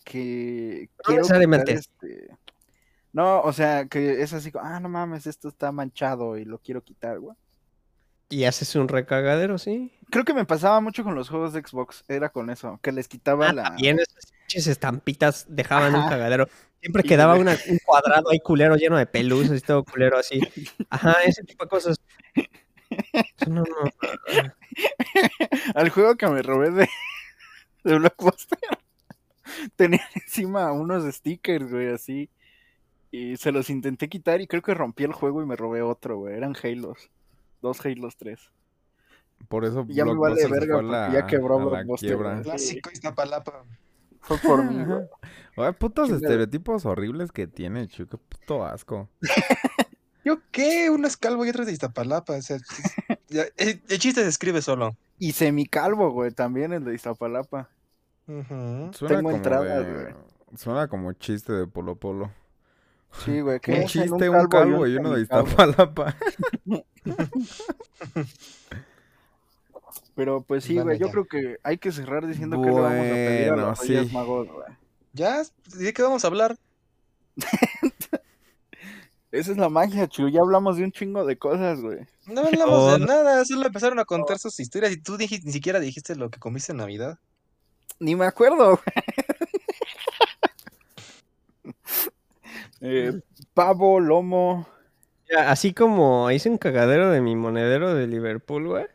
que quiero
necesariamente.
quitar, este, No, o sea, que es así, como, ah, no mames, esto está manchado y lo quiero quitar, güey.
Y haces un recagadero, sí.
Creo que me pasaba mucho con los juegos de Xbox, era con eso, que les quitaba
Ah,
la...
también es pinches estampitas dejaban un
Ajá.
cagadero. Siempre
Sí,
quedaba
güey.
una- un cuadrado ahí culero lleno de pelusas y todo culero así. Ajá, ese tipo de
*laughs*
cosas. Es una mamada.
Al juego que me robé de, *laughs* de Blockbuster, *laughs* tenía encima unos stickers, güey, así. Y se los intenté quitar y creo que rompí el juego y me robé otro, güey. Eran Halos. Dos Halos 3.
Por eso
Ya me vale
Blockbuster se
verga,
fue a la-
porque ya quebró
a la
Blockbuster,
quiebra.
güey.
Clásico Iztapalapa.
Fue por mí, güey.
Ay, putos
Chingada.
estereotipos horribles que tiene, chico. Puto asco.
¿Yo qué? Uno es calvo y otro es de Iztapalapa.
*laughs*
o sea, ya, el, el chiste se escribe solo.
Y semicalvo, güey, también el de Iztapalapa.
Ujú.
Suena
Tengo
como
entradas,
de- Suena como chiste de Polo Polo.
Sí, güey. que
Un
es en
chiste, un calvo y uno de
semicalvo. *laughs*
Iztapalapa. *laughs*
Pero pues sí,
Bueno,
güey, yo
ya.
creo que hay que cerrar diciendo que le vamos a pedir a
Bueno,
los Reyes
sí.
Magos, güey.
¿Ya? ¿De qué vamos a hablar?
Esa es la magia, Chu. Ya hablamos de un chingo de cosas, güey.
No hablamos
Oh.
de nada, solo empezaron a contar sus historias y tú dijiste- ni siquiera dijiste lo que comiste en Navidad.
Ni me acuerdo, güey. Eh, pavo, lomo.
Mira, así como hice un cagadero de mi monedero de Liverpool, güey.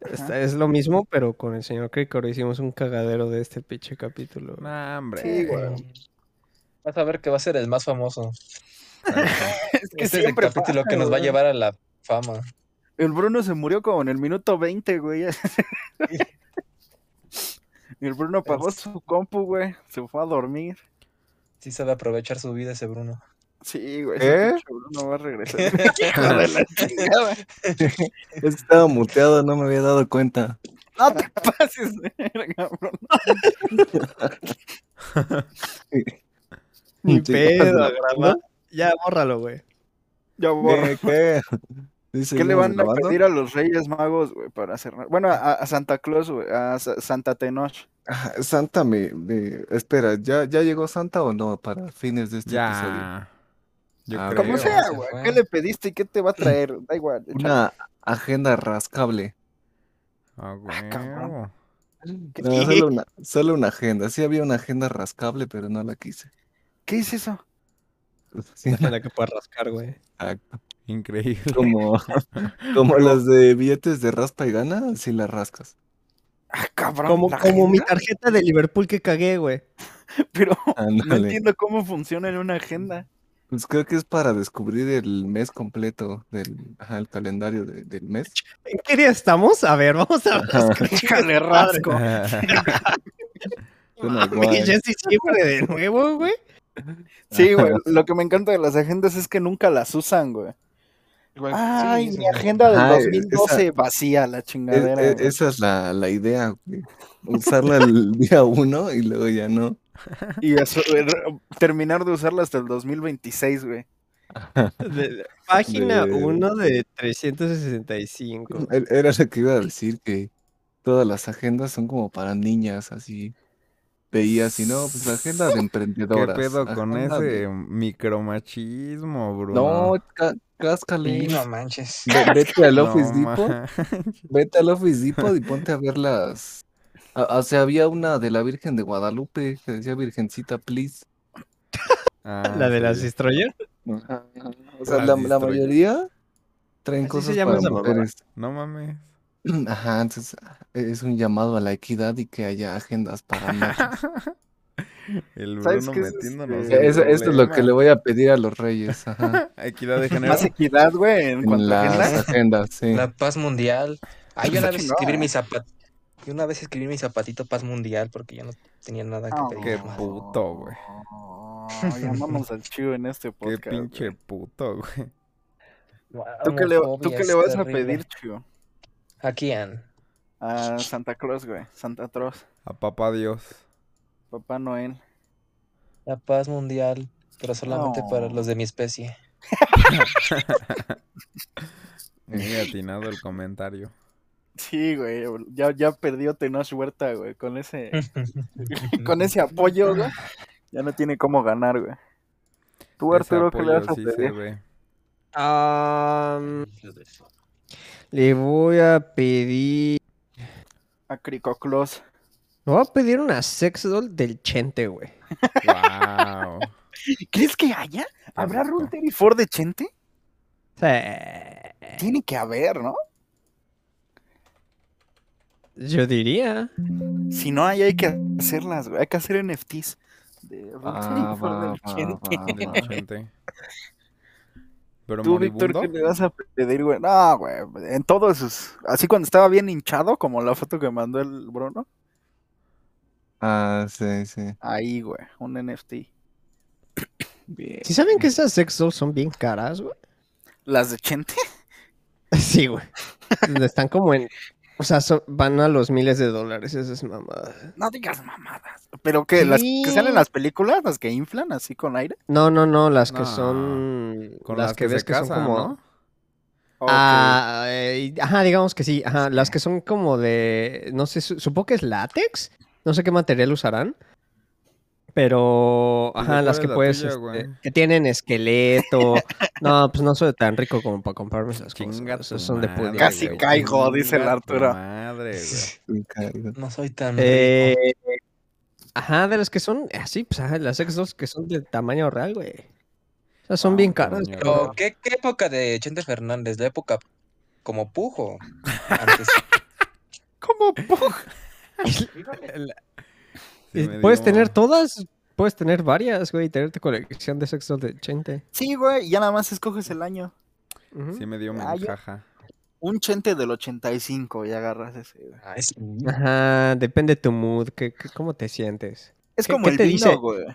Esta- Es lo mismo, pero con el señor Cricor hicimos un cagadero de este pinche capítulo. güey.
Nah, hombre.
Sí, güey.
Vas a ver que va a ser el más famoso.
Es que
Este es el
siempre
capítulo
pasa,
que nos va a
güey.
llevar a la fama.
El Bruno se murió como en el minuto 20, güey. *laughs* el Bruno apagó su compu, güey. Se fue a dormir.
Sí sabe aprovechar su vida ese Bruno.
Sí, güey.
¿Eh?
ese pinche Bruno va a regresar. *laughs*
Es que estaba muteado, no me había dado cuenta.
No te pases, *laughs* de verga, Bruno.
Ni
Sí,
pedo,
la-
graba. Ya, bórralo, güey.
Ya borro.
¿Qué? ¿Qué? Dice,
¿Qué le
¿seguimos
van a
grabando?
pedir a los Reyes Magos, güey, para cerrar? Bueno, a, a Santa Claus, güey, a Sa- Santa Tenoch.
Ah, Santa me, me- Espera, ¿ya, ¿ya llegó Santa o no para fines de este episodio?
Ya. Yo
Ah,
creo.
Como
Creo,
sea,
se
güey.
fue.
¿Qué le pediste y qué te va a traer? Da igual. échale.
Una agenda rascable.
Ah,
cabrón.
huevo.
No, solo, una, solo una agenda. Sí había una agenda rascable, pero no la quise.
¿Qué es eso? *laughs*
Sí,
Para que pueda rascar, güey.
exacto.
Increíble.
Como, como los de billetes de raspa y gana, si la rascas.
Ah, cabrón.
Como,
¿la
como mi
agenda?
tarjeta de Liverpool que cagué, güey.
*laughs* Pero *laughs* no
Ándale.
entiendo cómo funciona en una agenda.
Pues creo que es para descubrir el mes completo del ajá, el calendario de- del mes.
¿En qué día estamos? A ver, vamos a
*laughs*
rascar.
Déjale rasco.
*laughs*
Suena
Mami,
guay.
ya es diciembre de nuevo, güey.
Sí, güey. Lo que me encanta de las agendas es que nunca las usan, güey.
Igual, sí,
Ay,
sí,
mi
güey.
agenda del
Ajá,
2012 vacía, la
Es-
chingadera.
es-
güey.
E, esa es la, la idea, güey. Usarla el *laughs* día uno y luego ya no.
Y eso, güey, terminar de usarla hasta el 2026, güey.
De- de- página
De-
1 de 365.
E- Era lo que iba a decir, que todas las agendas son como para niñas, así. Veías y no, pues la agenda de
¿Qué
emprendedoras.
pedo con
agenda de-
ese micromachismo,
No,
Bruno?
ca-
Sí,
cáscale.
no manches.
Ve- Vete al
No,
Office
ma- *laughs*
Depot. Vete al Office Depot y ponte a ver las. a- o sea, había una de la Virgen de Guadalupe que decía Virgencita, please.
Ah,
La de las
sí.
Destroyer.
O sea,
Las
la, la
distrae.
mayoría traen
Así se
cosas
llama
para
esa mamada.
mujeres. *clears throat*
No mames.
Ajá, entonces es un llamado a la equidad y que haya agendas para machos.
El
¿Sabes
Bruno
qué es
metiéndonos.
este?
en
Eso, eso es lo
problemas.
que le voy a pedir a los
*laughs*
reyes. Ajá.
Equidad de género.
Más equidad, güey, en cuanto
En
a agenda.
las agendas, sí.
La paz mundial. Ay, yo una vez
No.
escribí mi zapatito. Yo una vez escribí mi zapatito paz mundial porque yo no tenía nada que
Ah,
pedir.
Qué
más.
puto, güey.
Llamamos Oh, al chivo en
*laughs*
este
Qué
podcast.
pinche puto, güey.
¿Tú qué le, tú
Homofobia
qué le
es
vas a
terrible.
pedir, chivo?
¿A quién?
A Santa Claus, güey. Santa Claus.
A papá Dios.
Papá Noel.
La paz mundial, pero solamente para los de mi especie.
Muy atinado el comentario.
Sí, güey. Ya, ya perdió Tenoch Huerta, güey. Con ese, *laughs* con *laughs* ese apoyo, güey. Ya no tiene cómo ganar, güey. Tú,
Ese
Arturo, ¿qué le vas
apoyo sí
a
se
pedir?
ve.
Am, le voy a pedir.
A Crico Claus.
Me voy a pedir una sex doll del Chente, güey.
Wow.
¿Crees que haya? ¿Habrá Run Terry Ford de Chente?
O sea,
Tiene que haber, ¿no?
yo diría.
Si no hay, hay que hacerlas, güey. Hay que hacer NFTs. De Run *laughs*
Ah,
Terry Ford
va,
del
va,
Chente.
va, va.
Gente. Pero
Tú, Víctor,
moribundo,
¿qué le vas a pedir, güey? No, güey. En todos sus. Así cuando estaba bien hinchado, como la foto que mandó el Bruno.
Ah, sí, sí.
Ahí, güey. Un NFT.
Bien.
Si saben que esas sex dolls son bien caras, güey.
¿Las de Chente?
*laughs* Sí, güey. Están como en. O sea, son- van a los miles de dólares esas mamadas.
No digas mamadas. ¿Pero qué? ¿Las que salen en
Sí.
las películas? ¿Las que inflan así con aire?
No, no, no, las que
No.
son.
con
las, que
se
ves que son
casan,
como.
¿no?
¿O
Ah, eh, ajá, digamos que sí. Ajá, las que son como de. No sé, su- supongo que es látex. No sé qué material usarán. Pero,
¿Y Pues de
ajá, las
cuál
que
es la
puedes.
tuya,
este,
güey?
que tienen esqueleto. no, pues no soy tan rico como para comprarme esas
Chinga
cosas.
tu
Esas son de
madre,
pudiente,
Casi
güey.
caigo, dice el
Chinga tu
Arturo.
Madre, güey.
Me caigo.
No soy tan.
Eh, ajá, de las que son así, pues ajá, las X2 que son de tamaño real, güey. O sea, son
Ah,
bien caras.
tamaño
pero-
real.
Pero, ¿qué, qué época de Chente Fernández? La época como pujo.
*laughs*
Antes.
¿Cómo? puj?
*laughs* la-
Sí
eh,
me
puedes
dio-
tener todas, puedes tener varias, güey, y tener tu colección de sexos de chente.
Sí, güey. Ya nada más escoges el año.
Ujú.
Sí me dio
Ah, yo-
menjaja.
Un Chente del 85 y agarras ese, güey.
Ay, sí.
Ajá, depende tu mood, que, que- cómo te sientes.
Es
¿Qué-
como
qué
el
te
vino,
dice?
güey.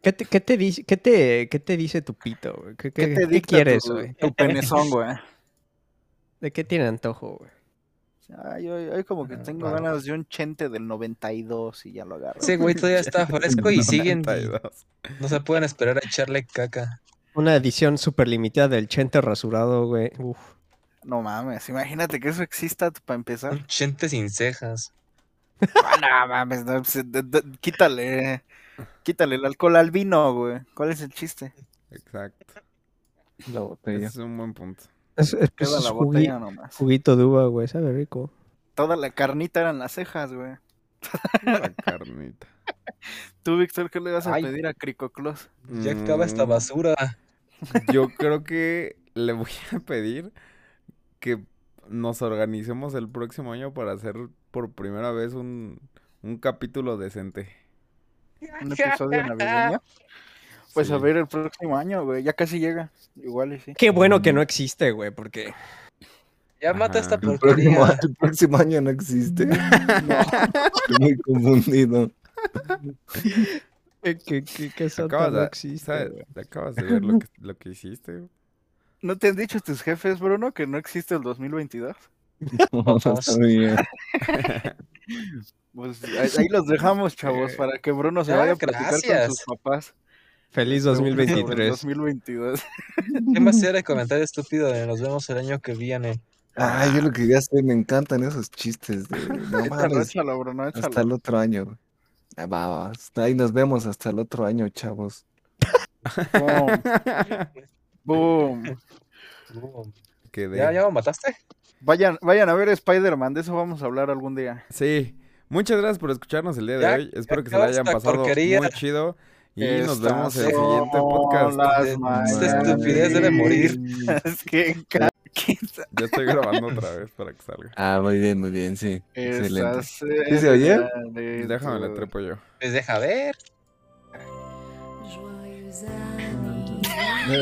¿Qué te, qué te dice, qué te, qué te dice tu pito, güey? ¿Qué,
¿Qué
qué-
te
qué
dicta
quieres,
tu,
güey?
tu
*laughs*
penezón, güey?
¿De qué tiene antojo, güey?
Ay, hoy, hoy como que
Ah,
tengo
claro.
ganas de un chente del 92 y ya lo agarro.
Ese güey todavía está fresco y siguen.
92.
No se pueden esperar a echarle caca.
Una edición super limitada del chente rasurado, güey. Uf.
No mames, imagínate que eso exista para empezar.
*laughs* Un Chente sin cejas.
Ah, no mames, no, pues, de- de- quítale, quítale el alcohol al vino, güey. ¿Cuál es el chiste?
Exacto.
La botella.
Es un buen punto.
Es, es- pues,
Toda
es
la
jugui-
botella nomás.
juguito de uva, güey, sabe rico.
Toda la carnita eran las cejas, güey.
*laughs*
La carnita.
Tú, Víctor, ¿qué le vas a
Ay.
pedir a Cricoclos?
Ya acaba esta
Mm,
basura.
Yo creo que le voy *laughs* a pedir que nos organicemos el próximo año para hacer por primera vez un, un capítulo decente.
¿Un episodio
*laughs*
navideño? Pues a
Sí.
ver el próximo año, güey. Ya casi llega. Igual y sí.
Qué bueno
Mm.
que no existe, güey, porque... *laughs*
Ya mata esta
Ajá.
El próximo, *laughs*
porquería.
el próximo año no
*laughs*
existe. Estoy muy confundido.
¿Qué, qué, qué, qué santa
Acabas
no
de,
existe,
¿sabes?
güey?
Acabas de ver lo
*laughs*
que, lo que hiciste. güey.
¿No te han dicho tus jefes, Bruno, que no existe el 2022?
No, no
*laughs*
sabía.
Pues ahí
*laughs*
ahí los dejamos, chavos, para que Bruno se
Ah,
vaya a platicar con sus
gracias.
papás.
Feliz
Sobre *laughs* el
2023.
2022.
¿Qué más era el comentario estúpido de nos vemos el año que viene?
Ah, yo lo que ya sé, me encantan esos chistes de
*laughs*
no
Échalo,
mames,
pues, échalo, Bruno, échalo.
hasta el otro año. güey. Ah, va, va, hasta Ahí nos vemos hasta el otro año, chavos.
Boom,
*laughs*
boom.
Quedé.
¿Ya, ya lo mataste?
Vayan, vayan a ver Spider-Man, de eso vamos a hablar algún día.
Sí. Muchas gracias por escucharnos el día de
Ya
hoy. Espero que se la
acabó
hayan
esta
pasado
porquería.
muy chido. Y nos
Estas
vemos en el
son
siguiente podcast.
las
Esta estupidez
*laughs*
debe morir.
mañanas que ca- que sa-
Ya estoy grabando otra vez para
*laughs*
que salga.
Ah, muy bien, muy bien, sí. Excelente.
Esas
¿Sí se oye?
eran de
Déjame la
tu-
trepo yo.
Pues deja ver.
Joyeux anniversaire.
*laughs*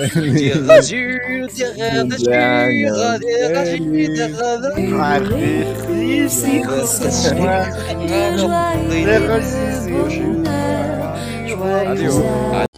Adiós.
Joyeux
Adiós.
anniversaire.